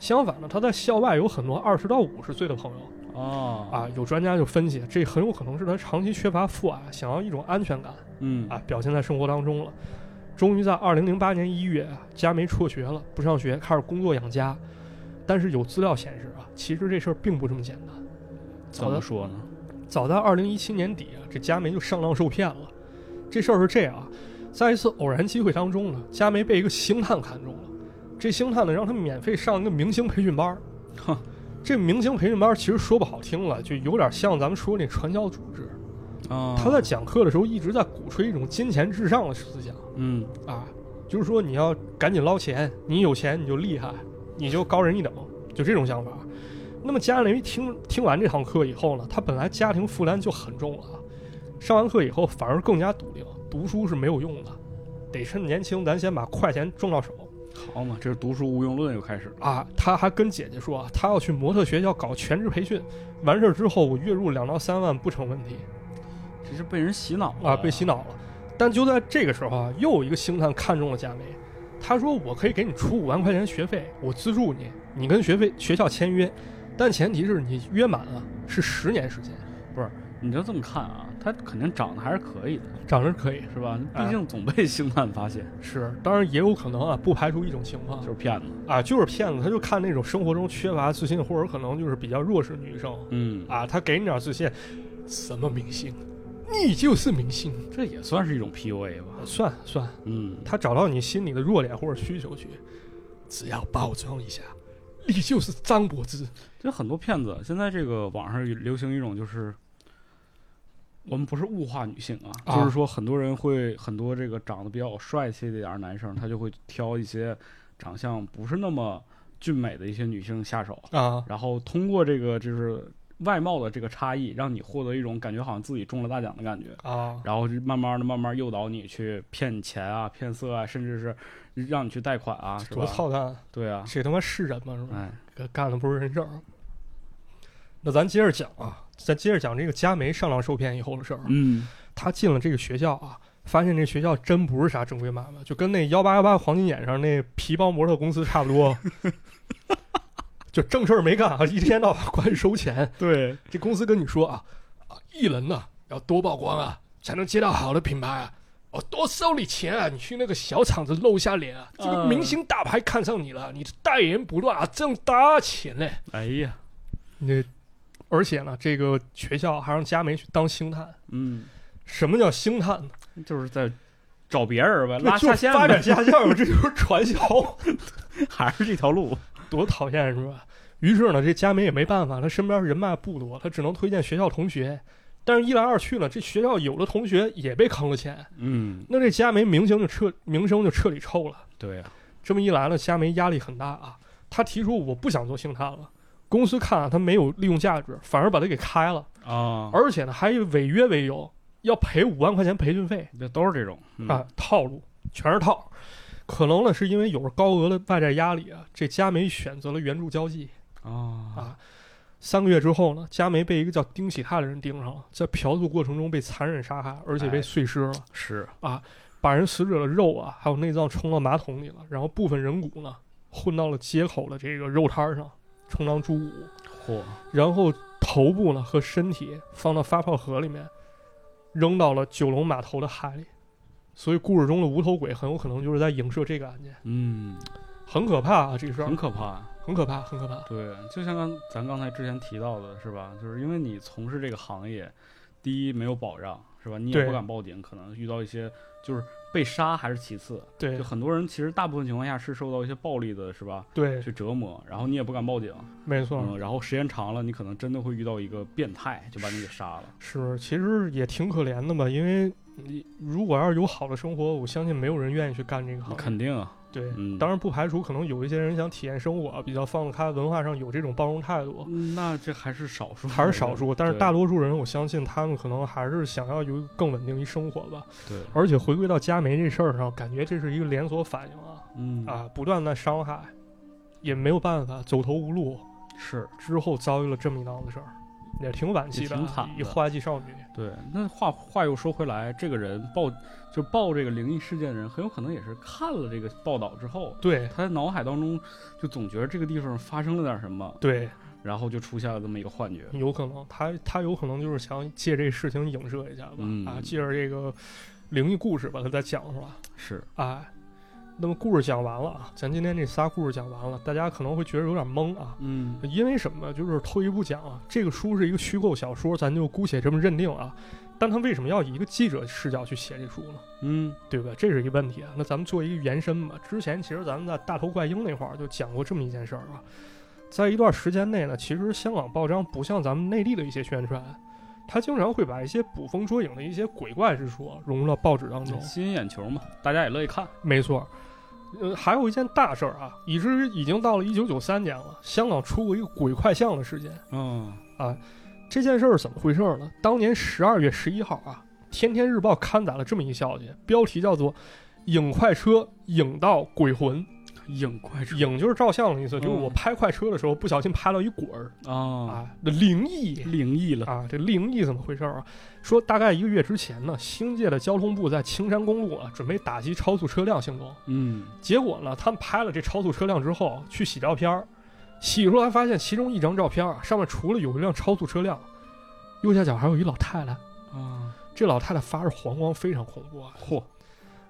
Speaker 1: 相反呢，她在校外有很多二十到五十岁的朋友
Speaker 2: 哦
Speaker 1: 啊，有专家就分析，这很有可能是她长期缺乏父爱，想要一种安全感
Speaker 2: 嗯
Speaker 1: 啊，表现在生活当中了。终于在二零零八年一月啊，佳梅辍学了，不上学，开始工作养家。但是有资料显示啊，其实这事儿并不这么简单。
Speaker 2: 怎么说呢？
Speaker 1: 早在二零一七年底啊，这佳梅就上当受骗了。这事儿是这样啊，在一次偶然机会当中呢，佳梅被一个星探看中了。这星探呢，让她免费上一个明星培训班。
Speaker 2: 哼，
Speaker 1: 这明星培训班其实说不好听了，就有点像咱们说那传销组织。
Speaker 2: 啊，
Speaker 1: 他在讲课的时候一直在鼓吹一种金钱至上的思想
Speaker 2: 嗯
Speaker 1: 啊，就是说你要赶紧捞钱，你有钱你就厉害，你就高人一等，就这种想法。那么家里人一听听完这堂课以后呢，他本来家庭负担就很重了啊，上完课以后反而更加笃定，读书是没有用的，得趁年轻，咱先把快钱挣到手
Speaker 2: 好嘛，这是读书无用论又开始了。
Speaker 1: 啊！他还跟姐姐说啊，他要去模特学校搞全职培训，完事儿之后我月入两到三万不成问题
Speaker 2: 这是被人洗脑了
Speaker 1: 啊，被洗。脑了。但就在这个时候啊，又有一个星探看中了佳梅，他说我可以给你出五万块钱学费，我资助你，你跟学费学校签约，但前提是你约满了是十年时间，
Speaker 2: 你就这么看啊，他肯定长得还是可以的，
Speaker 1: 长得是可以。
Speaker 2: 是吧？
Speaker 1: 哎
Speaker 2: 毕竟总被 星探发现，
Speaker 1: 是，当然也有可能啊，不排除一种情况
Speaker 2: 就是骗子。
Speaker 1: 啊，就是骗子，他就看那种生活中缺乏自信，或者可能就是比较弱势女生
Speaker 2: 嗯，
Speaker 1: 啊，他给你点自信，什么明星，你就是明星，
Speaker 2: 这也算是一种 PUA 吧？
Speaker 1: 算算，
Speaker 2: 嗯，
Speaker 1: 他找到你心里的弱点或者需求去，只要包装一下，你就是张柏芝，
Speaker 2: 这很多骗子现在这个网上流行一种就是，我们不是物化女性啊，
Speaker 1: 啊
Speaker 2: 就是说很多人会很多这个长得比较帅气的一点儿男生，他就会挑一些长相不是那么俊美的一些女性下手，
Speaker 1: 啊
Speaker 2: 然后通过这个就是外貌的这个差异，让你获得一种感觉好像自己中了大奖的感觉。
Speaker 1: 啊
Speaker 2: 然后就慢慢的、慢慢诱导你去骗钱啊、骗色啊，甚至是让你去贷款啊，是吧
Speaker 1: 多？操蛋，
Speaker 2: 对啊，
Speaker 1: 这他妈是人吗？是吧？
Speaker 2: 哎，
Speaker 1: 干干的不是人事儿。啊那咱接着讲啊，咱接着讲这个佳梅上当受骗以后的事儿。啊
Speaker 2: 嗯，
Speaker 1: 他进了这个学校啊，发现这学校真不是啥正规买卖，就跟那幺八幺八黄金眼上那皮包模特公司差不 多，就正事儿没干啊，一天到晚管你收钱。
Speaker 2: 对，
Speaker 1: 这公司跟你说啊，啊艺人呢、要多曝光啊，才能接到好的品牌啊。哦，多收你钱啊！你去那个小厂子露一下脸啊，这个
Speaker 2: 嗯
Speaker 1: 明星大牌看上你了，你代言不断啊，挣大钱嘞。
Speaker 2: 哎呀，
Speaker 1: 那而且呢，这个学校还让佳梅去当星探。
Speaker 2: 嗯，
Speaker 1: 什么叫星探呢？
Speaker 2: 就是在找别人呗，
Speaker 1: 那
Speaker 2: 拉
Speaker 1: 就
Speaker 2: 下线呗
Speaker 1: 发展下线嘛， 这就是传销，
Speaker 2: 还是这条 路，
Speaker 1: 多讨厌是吧？于是呢，这佳梅也没办法，她身边人脉不多，她只能推荐学校同学。但是，一来二去呢，这学校有的同学也被坑了钱，
Speaker 2: 嗯，
Speaker 1: 那这佳梅名声就彻名声就彻底臭了。
Speaker 2: 对啊呀、
Speaker 1: 这么一来呢，佳梅压力很大啊。她提出我不想做星探了，公司看啊她没有利用价值，反而把她给开了，
Speaker 2: 啊，
Speaker 1: 而且呢还以违约为由要赔五万块钱培训费。
Speaker 2: 这都是这种、嗯、
Speaker 1: 啊，套路全是套。可能呢，是因为有着高额的外在压力啊，这佳梅选择了援助交际。
Speaker 2: 啊，
Speaker 1: 三个月之后呢，佳梅被一个叫丁喜泰的人盯上了，在嫖宿过程中被残忍杀害，而且被
Speaker 2: 哎
Speaker 1: 碎尸了，
Speaker 2: 是，
Speaker 1: 把人死者的肉啊，还有内脏冲到马桶里了，然后部分人骨呢混到了街口的这个肉摊儿上，充当猪骨，
Speaker 2: 嚯，
Speaker 1: 然后头部呢和身体放到发泡盒里面，扔到了九龙码头的海里。所以故事中的无头鬼很有可能就是在影射这个案件。
Speaker 2: 嗯，
Speaker 1: 很可怕啊，这事
Speaker 2: 很
Speaker 1: 儿
Speaker 2: 可怕。
Speaker 1: 很可怕，很可怕。
Speaker 2: 对，就像刚咱刚才之前提到的是吧？就是因为你从事这个行业，第一没有保障是吧？你也
Speaker 1: 对
Speaker 2: 不敢报警，可能遇到一些就是被杀还是其次。
Speaker 1: 对
Speaker 2: 就很多人其实大部分情况下是受到一些暴力的是吧？
Speaker 1: 对，
Speaker 2: 去折磨，然后你也不敢报警，
Speaker 1: 没错，
Speaker 2: 嗯，然后时间长了，你可能真的会遇到一个变态，就把你给杀了。
Speaker 1: 是其实也挺可怜的吧，因为你如果要是有好的生活，我相信没有人愿意去干这个行业。
Speaker 2: 肯定啊，
Speaker 1: 对，
Speaker 2: 嗯，
Speaker 1: 当然不排除可能有一些人想体验生活，比较放得开，文化上有这种包容态度，
Speaker 2: 嗯那这还是少数，
Speaker 1: 还是少数。但是
Speaker 2: 嗯对
Speaker 1: 大多数人，我相信他们可能还是想要有更稳定一生活吧。
Speaker 2: 对，
Speaker 1: 而且回归到佳梅这事儿上，感觉这是一个连锁反应啊
Speaker 2: 嗯
Speaker 1: 啊，不断的伤害，也没有办法，走投无路。
Speaker 2: 是
Speaker 1: 之后遭遇了这么一档子事儿，也挺惋惜的啊，
Speaker 2: 也挺惨的
Speaker 1: 一花季少女
Speaker 2: 对。那话话又说回来，这个人报就报这个灵异事件的人，很有可能也是看了这个报道之后，
Speaker 1: 对
Speaker 2: 他在脑海当中就总觉得这个地方发生了点什么，
Speaker 1: 对，
Speaker 2: 然后就出现了这么一个幻觉。
Speaker 1: 有可能他他有可能就是想借这事情影射一下吧，
Speaker 2: 嗯
Speaker 1: 啊，借着这个灵异故事把它再讲出来，
Speaker 2: 是，
Speaker 1: 哎。那么故事讲完了啊，咱今天这仨故事讲完了，大家可能会觉得有点懵啊，
Speaker 2: 嗯
Speaker 1: 因为什么？就是退一步讲啊，这个书是一个虚构小说，咱就姑且这么认定啊。但他为什么要以一个记者视角去写这书呢？
Speaker 2: 嗯
Speaker 1: 对吧？这是一个问题啊。那咱们做一个延伸吧。之前其实咱们在大头怪婴那块儿就讲过这么一件事儿啊，在一段时间内呢，其实香港报章不像咱们内地的一些宣传，它经常会把一些捕风捉影的一些鬼怪之说融入到报纸当中。
Speaker 2: 吸引眼球嘛，大家也乐意看。
Speaker 1: 没错，呃，还有一件大事儿啊，已至于已经到了一九九三年了，香港出过一个鬼快像的事件。
Speaker 2: 嗯
Speaker 1: 这件事儿是怎么回事儿呢？当年十二月十一号啊，天天日报》刊载了这么一消息，标题叫做“影快车影到鬼魂
Speaker 2: 影快”，车
Speaker 1: 影就是照相的意思，
Speaker 2: 嗯
Speaker 1: 就是我拍快车的时候不小心拍了一滚儿
Speaker 2: 啊，
Speaker 1: 啊，那灵异
Speaker 2: 灵异了，
Speaker 1: 啊，这灵异怎么回事儿啊？说大概一个月之前呢，星界的交通部在青山公路啊准备打击超速车辆行动，
Speaker 2: 嗯，
Speaker 1: 结果呢，他们拍了这超速车辆之后去洗照片儿，洗出来发现其中一张照片啊，上面除了有一辆超速车辆，右下角还有一老太太。
Speaker 2: 啊，
Speaker 1: 这老太太发着黄光，非常恐怖啊！
Speaker 2: 嚯，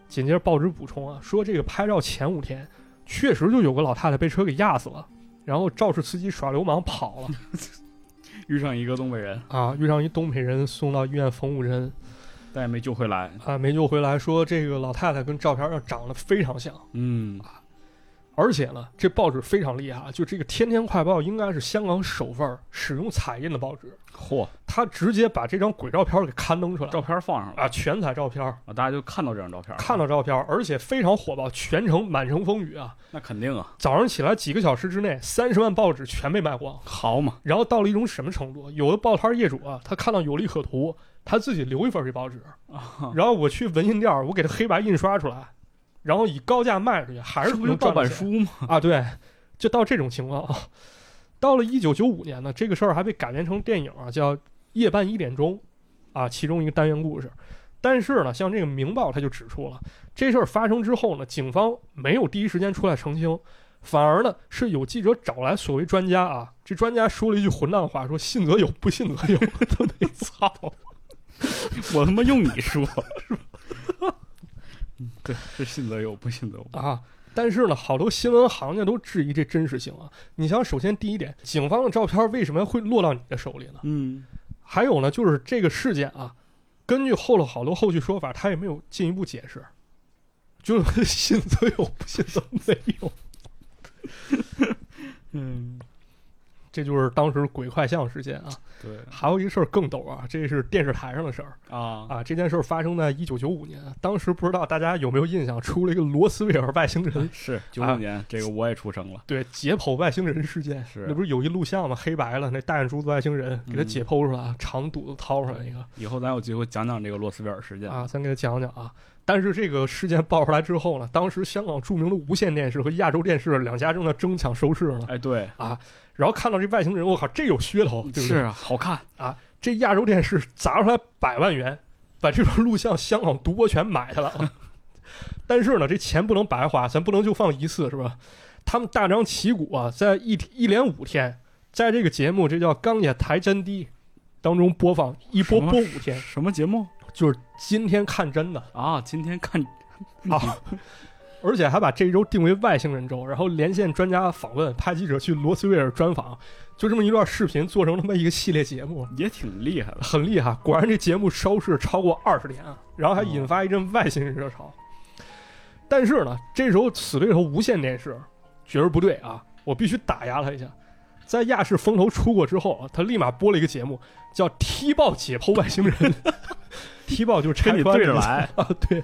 Speaker 1: 紧接着报纸补充啊，说这个拍照前五天，确实就有个老太太被车给压死了，然后肇事司机耍流氓跑了
Speaker 2: 遇上一个东北人，
Speaker 1: 啊，遇上一东北人送到医院缝五针
Speaker 2: 但也没救回来，
Speaker 1: 啊，没救回来。说这个老太太跟照片上长得非常像，
Speaker 2: 嗯，
Speaker 1: 而且呢，这报纸非常厉害啊，就这个《天天快报》应该是香港首份使用彩印的报纸，
Speaker 2: 嚯，
Speaker 1: 他直接把这张鬼照片给刊登出来
Speaker 2: 照片放上了
Speaker 1: 啊，全彩照片，
Speaker 2: 啊，大家就看到这张照片，
Speaker 1: 看，到照片，而且非常火爆，全城满城风雨啊。
Speaker 2: 那肯定啊，
Speaker 1: 早上起来几个小时之内，三十万报纸全被卖光。
Speaker 2: 好嘛，
Speaker 1: 然后到了一种什么程度？有的报摊业主啊，他看到有利可图，他自己留一份这报纸，
Speaker 2: 啊，
Speaker 1: 然后我去文印店儿，我给他黑白印刷出来，然后以高价卖出去，还
Speaker 2: 这
Speaker 1: 是
Speaker 2: 不就
Speaker 1: 能
Speaker 2: 盗
Speaker 1: 赚到
Speaker 2: 版
Speaker 1: 钱
Speaker 2: 书吗？
Speaker 1: 啊？对，就到这种情况啊。到了一九九五年呢，这个事儿还被改编成电影啊，叫《夜半一点钟》啊，其中一个单元故事。但是呢，像这个《明报》他就指出了，这事儿发生之后呢，警方没有第一时间出来澄清，反而呢是有记者找来所谓专家啊，这专家说了一句混蛋话，说信则有，不信则有， 都得操。
Speaker 2: 我他妈用你说，嗯 对，是信则有，不信则无。
Speaker 1: 啊。但是呢，好多新闻行家都质疑这真实性啊。你想，首先第一点，警方的照片为什么会落到你的手里呢？
Speaker 2: 嗯，
Speaker 1: 还有呢，就是这个事件啊，根据后头好多后续说法，他也没有进一步解释，就是信则有，不信则没有。
Speaker 2: 嗯，
Speaker 1: 这就是当时鬼快像事件啊。
Speaker 2: 对
Speaker 1: 还有一个事儿更逗啊，这是电视台上的事儿
Speaker 2: 啊，
Speaker 1: 啊。这件事儿发生在一九九五年，当时不知道大家有没有印象，出了一个罗斯威尔外星人
Speaker 2: 是九
Speaker 1: 啊
Speaker 2: 五年，这个我也出生了。
Speaker 1: 对解剖外星人事件，
Speaker 2: 是
Speaker 1: 那不是有一录像吗？黑白了，那大眼珠子外星人给他
Speaker 2: 嗯
Speaker 1: 解剖出来，肠肚子掏出来一个
Speaker 2: 以后咱有机会讲讲这个罗斯威尔事件。
Speaker 1: 啊，咱给他讲讲啊。但是这个事件爆出来之后呢，当时香港著名的无线电视和亚洲电视两家正在争抢收视呢。
Speaker 2: 哎，对，
Speaker 1: 然后看到这外星人，我靠，这有噱头，对不
Speaker 2: 是
Speaker 1: 对？
Speaker 2: 啊，好看。
Speaker 1: 这亚洲电视砸出来百万元，把这段录像香港独播权买下来 了。但是呢，这钱不能白花，咱不能就放一次，是吧？他们大张旗鼓啊，在一一连五天，在这个节目这叫《钢铁台真谛》当中播放，一播
Speaker 2: 什么
Speaker 1: 播五天，
Speaker 2: 什么节目
Speaker 1: 就是今天看真的
Speaker 2: 啊？今天看
Speaker 1: 啊。而且还把这一周定为外星人周，然后连线专家访问，派记者去罗斯威尔专访，就这么一段视频做成他妈一个系列节目。
Speaker 2: 也挺厉害的。
Speaker 1: 很厉害，果然这节目收视超过二十年啊，然后还引发一阵外星人热潮。但是呢，这时候死对头无线电视觉得不对啊，我必须打压他一下。在亚视风头出过之后啊，他立马播了一个节目，叫《踢爆解剖外星人》。踢爆就是拆
Speaker 2: 跟你
Speaker 1: 穿
Speaker 2: 对
Speaker 1: 这
Speaker 2: 着
Speaker 1: 个
Speaker 2: 来，
Speaker 1: 啊，对，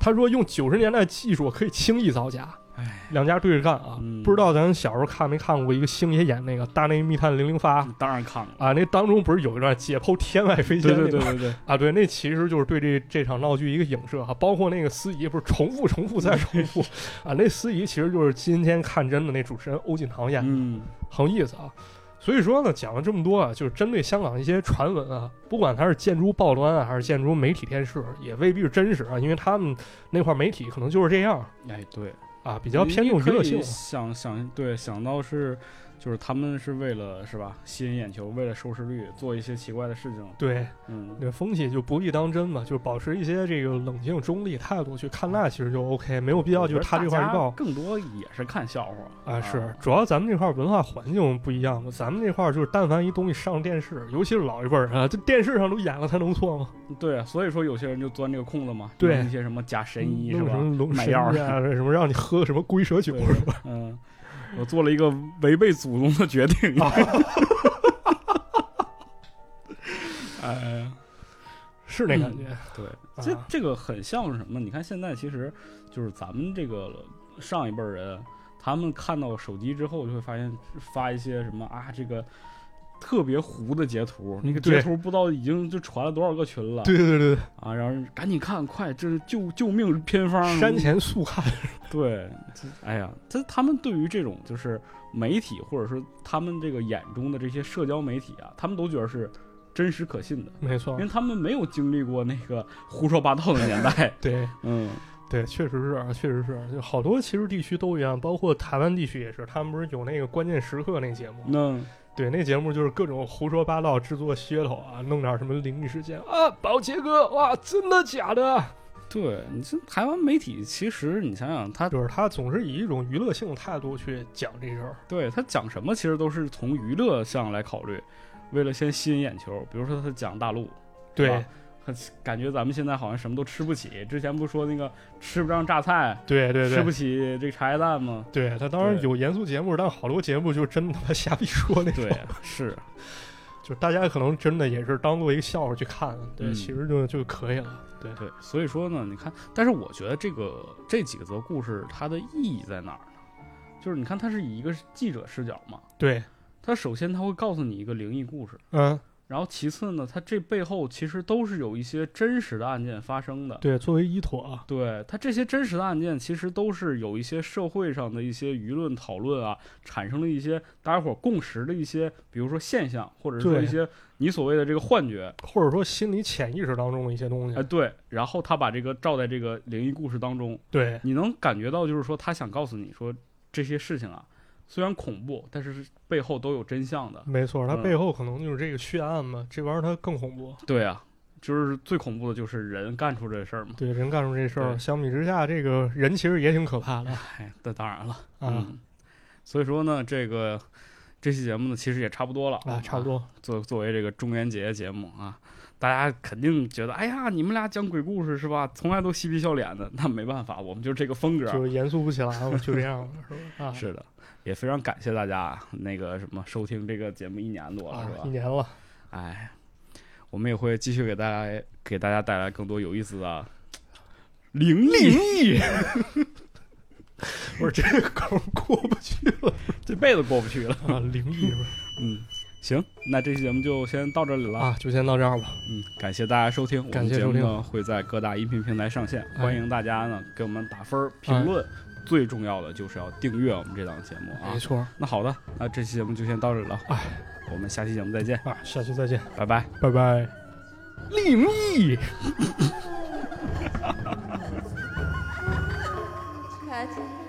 Speaker 1: 他说用九十年代技术可以轻易造假
Speaker 2: 哎，
Speaker 1: 两家对着干啊。
Speaker 2: 嗯
Speaker 1: 不知道咱小时候看没看过一个星爷演那个《大内密探零零发》
Speaker 2: 当然看了。
Speaker 1: 啊，那当中不是有一段解剖天外飞仙
Speaker 2: 对
Speaker 1: 那个
Speaker 2: 对对对对，
Speaker 1: 啊，对，那其实就是对这这场闹剧一个影射哈、包括那个司仪不是重复、重复再重
Speaker 2: 嗯
Speaker 1: 复啊，那司仪其实就是今天看真的那主持人欧锦棠演的，
Speaker 2: 嗯，
Speaker 1: 很有意思啊。所以说呢，讲了这么多啊，就是针对香港一些传闻啊，不管它是建筑报端啊，还是建筑媒体电视，也未必是真实啊，因为他们那块媒体可能就是这样
Speaker 2: 哎对，
Speaker 1: 啊，比较偏重
Speaker 2: 你
Speaker 1: 娱乐
Speaker 2: 可
Speaker 1: 性
Speaker 2: 以
Speaker 1: 啊
Speaker 2: 想想对，想到是就是他们是为了是吧吸引眼球，为了收视率做一些奇怪的事情。
Speaker 1: 对，
Speaker 2: 嗯，
Speaker 1: 那风气就不必当真嘛，就是保持一些这个冷静中立态度去看待，其实就 OK，没有必要就是他这块一报。
Speaker 2: 更多也是看笑话
Speaker 1: 啊，是，主要咱们这块儿文化环境不一样嘛，咱们这块儿就是但凡一东西上电视，尤其是老一辈儿啊，这电视上都演了，他能错吗？
Speaker 2: 对啊，所以说有些人就钻这个空子嘛，
Speaker 1: 对嗯
Speaker 2: 弄一些什么假神医是
Speaker 1: 弄
Speaker 2: 吧
Speaker 1: 什？么龙
Speaker 2: 买
Speaker 1: 神
Speaker 2: 药
Speaker 1: 啊，什么让你喝什么龟蛇酒
Speaker 2: 对
Speaker 1: 是吧？
Speaker 2: 嗯，我做了一个违背祖宗的决定。
Speaker 1: 啊
Speaker 2: 哎，
Speaker 1: 是那感觉。
Speaker 2: 对，
Speaker 1: 啊
Speaker 2: 这这个很像是什么呢？你看现在其实就是咱们这个上一辈儿人，他们看到手机之后就会发现发一些什么啊，这个特别糊的截图，那个
Speaker 1: 嗯对
Speaker 2: 截图不知道已经就传了多少个群了。
Speaker 1: 对对对
Speaker 2: 啊，然后人赶紧看，快，这是救救命偏方。
Speaker 1: 对，山前速看，
Speaker 2: 对，这哎呀，他他们对于这种就是媒体，或者说他们这个眼中的这些社交媒体啊，他们都觉得是真实可信的，
Speaker 1: 没错。
Speaker 2: 因为，他们没有经历过那个胡说八道的年代
Speaker 1: 对
Speaker 2: 嗯，
Speaker 1: 对，确实是，啊，确实是，就好多其实地区都一样，包括台湾地区也是，他们不是有那个关键时刻那节目，
Speaker 2: 那
Speaker 1: 对，那节目就是各种胡说八道，制作噱头啊，弄点什么灵异事件啊，保洁哥，哇，真的假的？
Speaker 2: 对你这台湾媒体，其实你想想，他
Speaker 1: 就是他总是以一种娱乐性的态度去讲这事儿，
Speaker 2: 对他讲什么，其实都是从娱乐项来考虑，为了先吸引眼球。比如说他讲大陆，对
Speaker 1: 对
Speaker 2: 感觉咱们现在好像什么都吃不起。之前不是说那个吃不上榨菜，
Speaker 1: 对对
Speaker 2: 吃不
Speaker 1: 对，
Speaker 2: 起这个茶叶蛋吗？
Speaker 1: 对他当然
Speaker 2: 对
Speaker 1: 有严肃节目，但好多节目就真他妈瞎逼说那种
Speaker 2: 对，，啊是，
Speaker 1: 就是大家可能真的也是当做一个笑话去看，对，
Speaker 2: 嗯
Speaker 1: 其实就就可以了，对
Speaker 2: 对。所以说呢，你看，但是我觉得这个这几个则故事它的意义在哪儿呢？就是你看，它是以一个记者视角嘛，
Speaker 1: 对，
Speaker 2: 它首先它会告诉你一个灵异故事，
Speaker 1: 嗯，
Speaker 2: 然后其次呢，它这背后其实都是有一些真实的案件发生的。
Speaker 1: 对，作为依托啊，
Speaker 2: 对它这些真实的案件，其实都是有一些社会上的一些舆论讨论啊，产生了一些大家伙儿共识的一些，比如说现象，或者说
Speaker 1: 对
Speaker 2: 一些你所谓的这个幻觉，
Speaker 1: 或者说心理潜意识当中的一些东
Speaker 2: 哎、
Speaker 1: 西，
Speaker 2: 对。然后他把这个照在这个灵异故事当中，
Speaker 1: 对，
Speaker 2: 你能感觉到，就是说他想告诉你说这些事情啊，虽然恐怖，但是是背后都有真相的。
Speaker 1: 没错，它
Speaker 2: 嗯
Speaker 1: 背后可能就是这个血案嘛，这玩意儿它更恐怖。
Speaker 2: 对啊，就是最恐怖的就是人干出这事儿嘛。
Speaker 1: 对，人干出这事儿，
Speaker 2: 对
Speaker 1: 相比之下，这个人其实也挺可怕的啊。
Speaker 2: 哎，那当然了。嗯，所以说呢，这个这期节目呢，其实也差不多了
Speaker 1: 啊，差不。多，
Speaker 2: 作作为这个中元节节目啊，大家肯定觉得，哎呀，你们俩讲鬼故事是吧？从来都嬉皮笑脸的，那没办法，我们就是这个风格。
Speaker 1: 就严肃不起来了，就这样了，啊是吧？啊，
Speaker 2: 是的，也非常感谢大家啊那个什么收听这个节目一年多了，
Speaker 1: 啊
Speaker 2: 是，吧
Speaker 1: 一？年了，
Speaker 2: 哎，我们也会继续给大家给大家带来更多有意思的灵异，
Speaker 1: 我说这个坎儿过不去了
Speaker 2: 这辈子过不去了。
Speaker 1: 啊，灵异是吧
Speaker 2: 嗯，行，那这期节目就先到这里了。
Speaker 1: 啊，就先到这儿吧。
Speaker 2: 嗯，感谢大家收听，我
Speaker 1: 感
Speaker 2: 们
Speaker 1: 谢
Speaker 2: 节目
Speaker 1: 收
Speaker 2: 呢会在各大音频平台上线，
Speaker 1: 哎
Speaker 2: 欢迎大家呢给我们打分儿、评论。最重要的就是要订阅我们这档节目啊
Speaker 1: 没！错
Speaker 2: 那好的，那这期节目就先到这里了，
Speaker 1: 哎
Speaker 2: 我们下期节目再见，
Speaker 1: 啊，下期再见，
Speaker 2: 拜拜。
Speaker 1: 拜拜。灵异。
Speaker 3: 恰恰。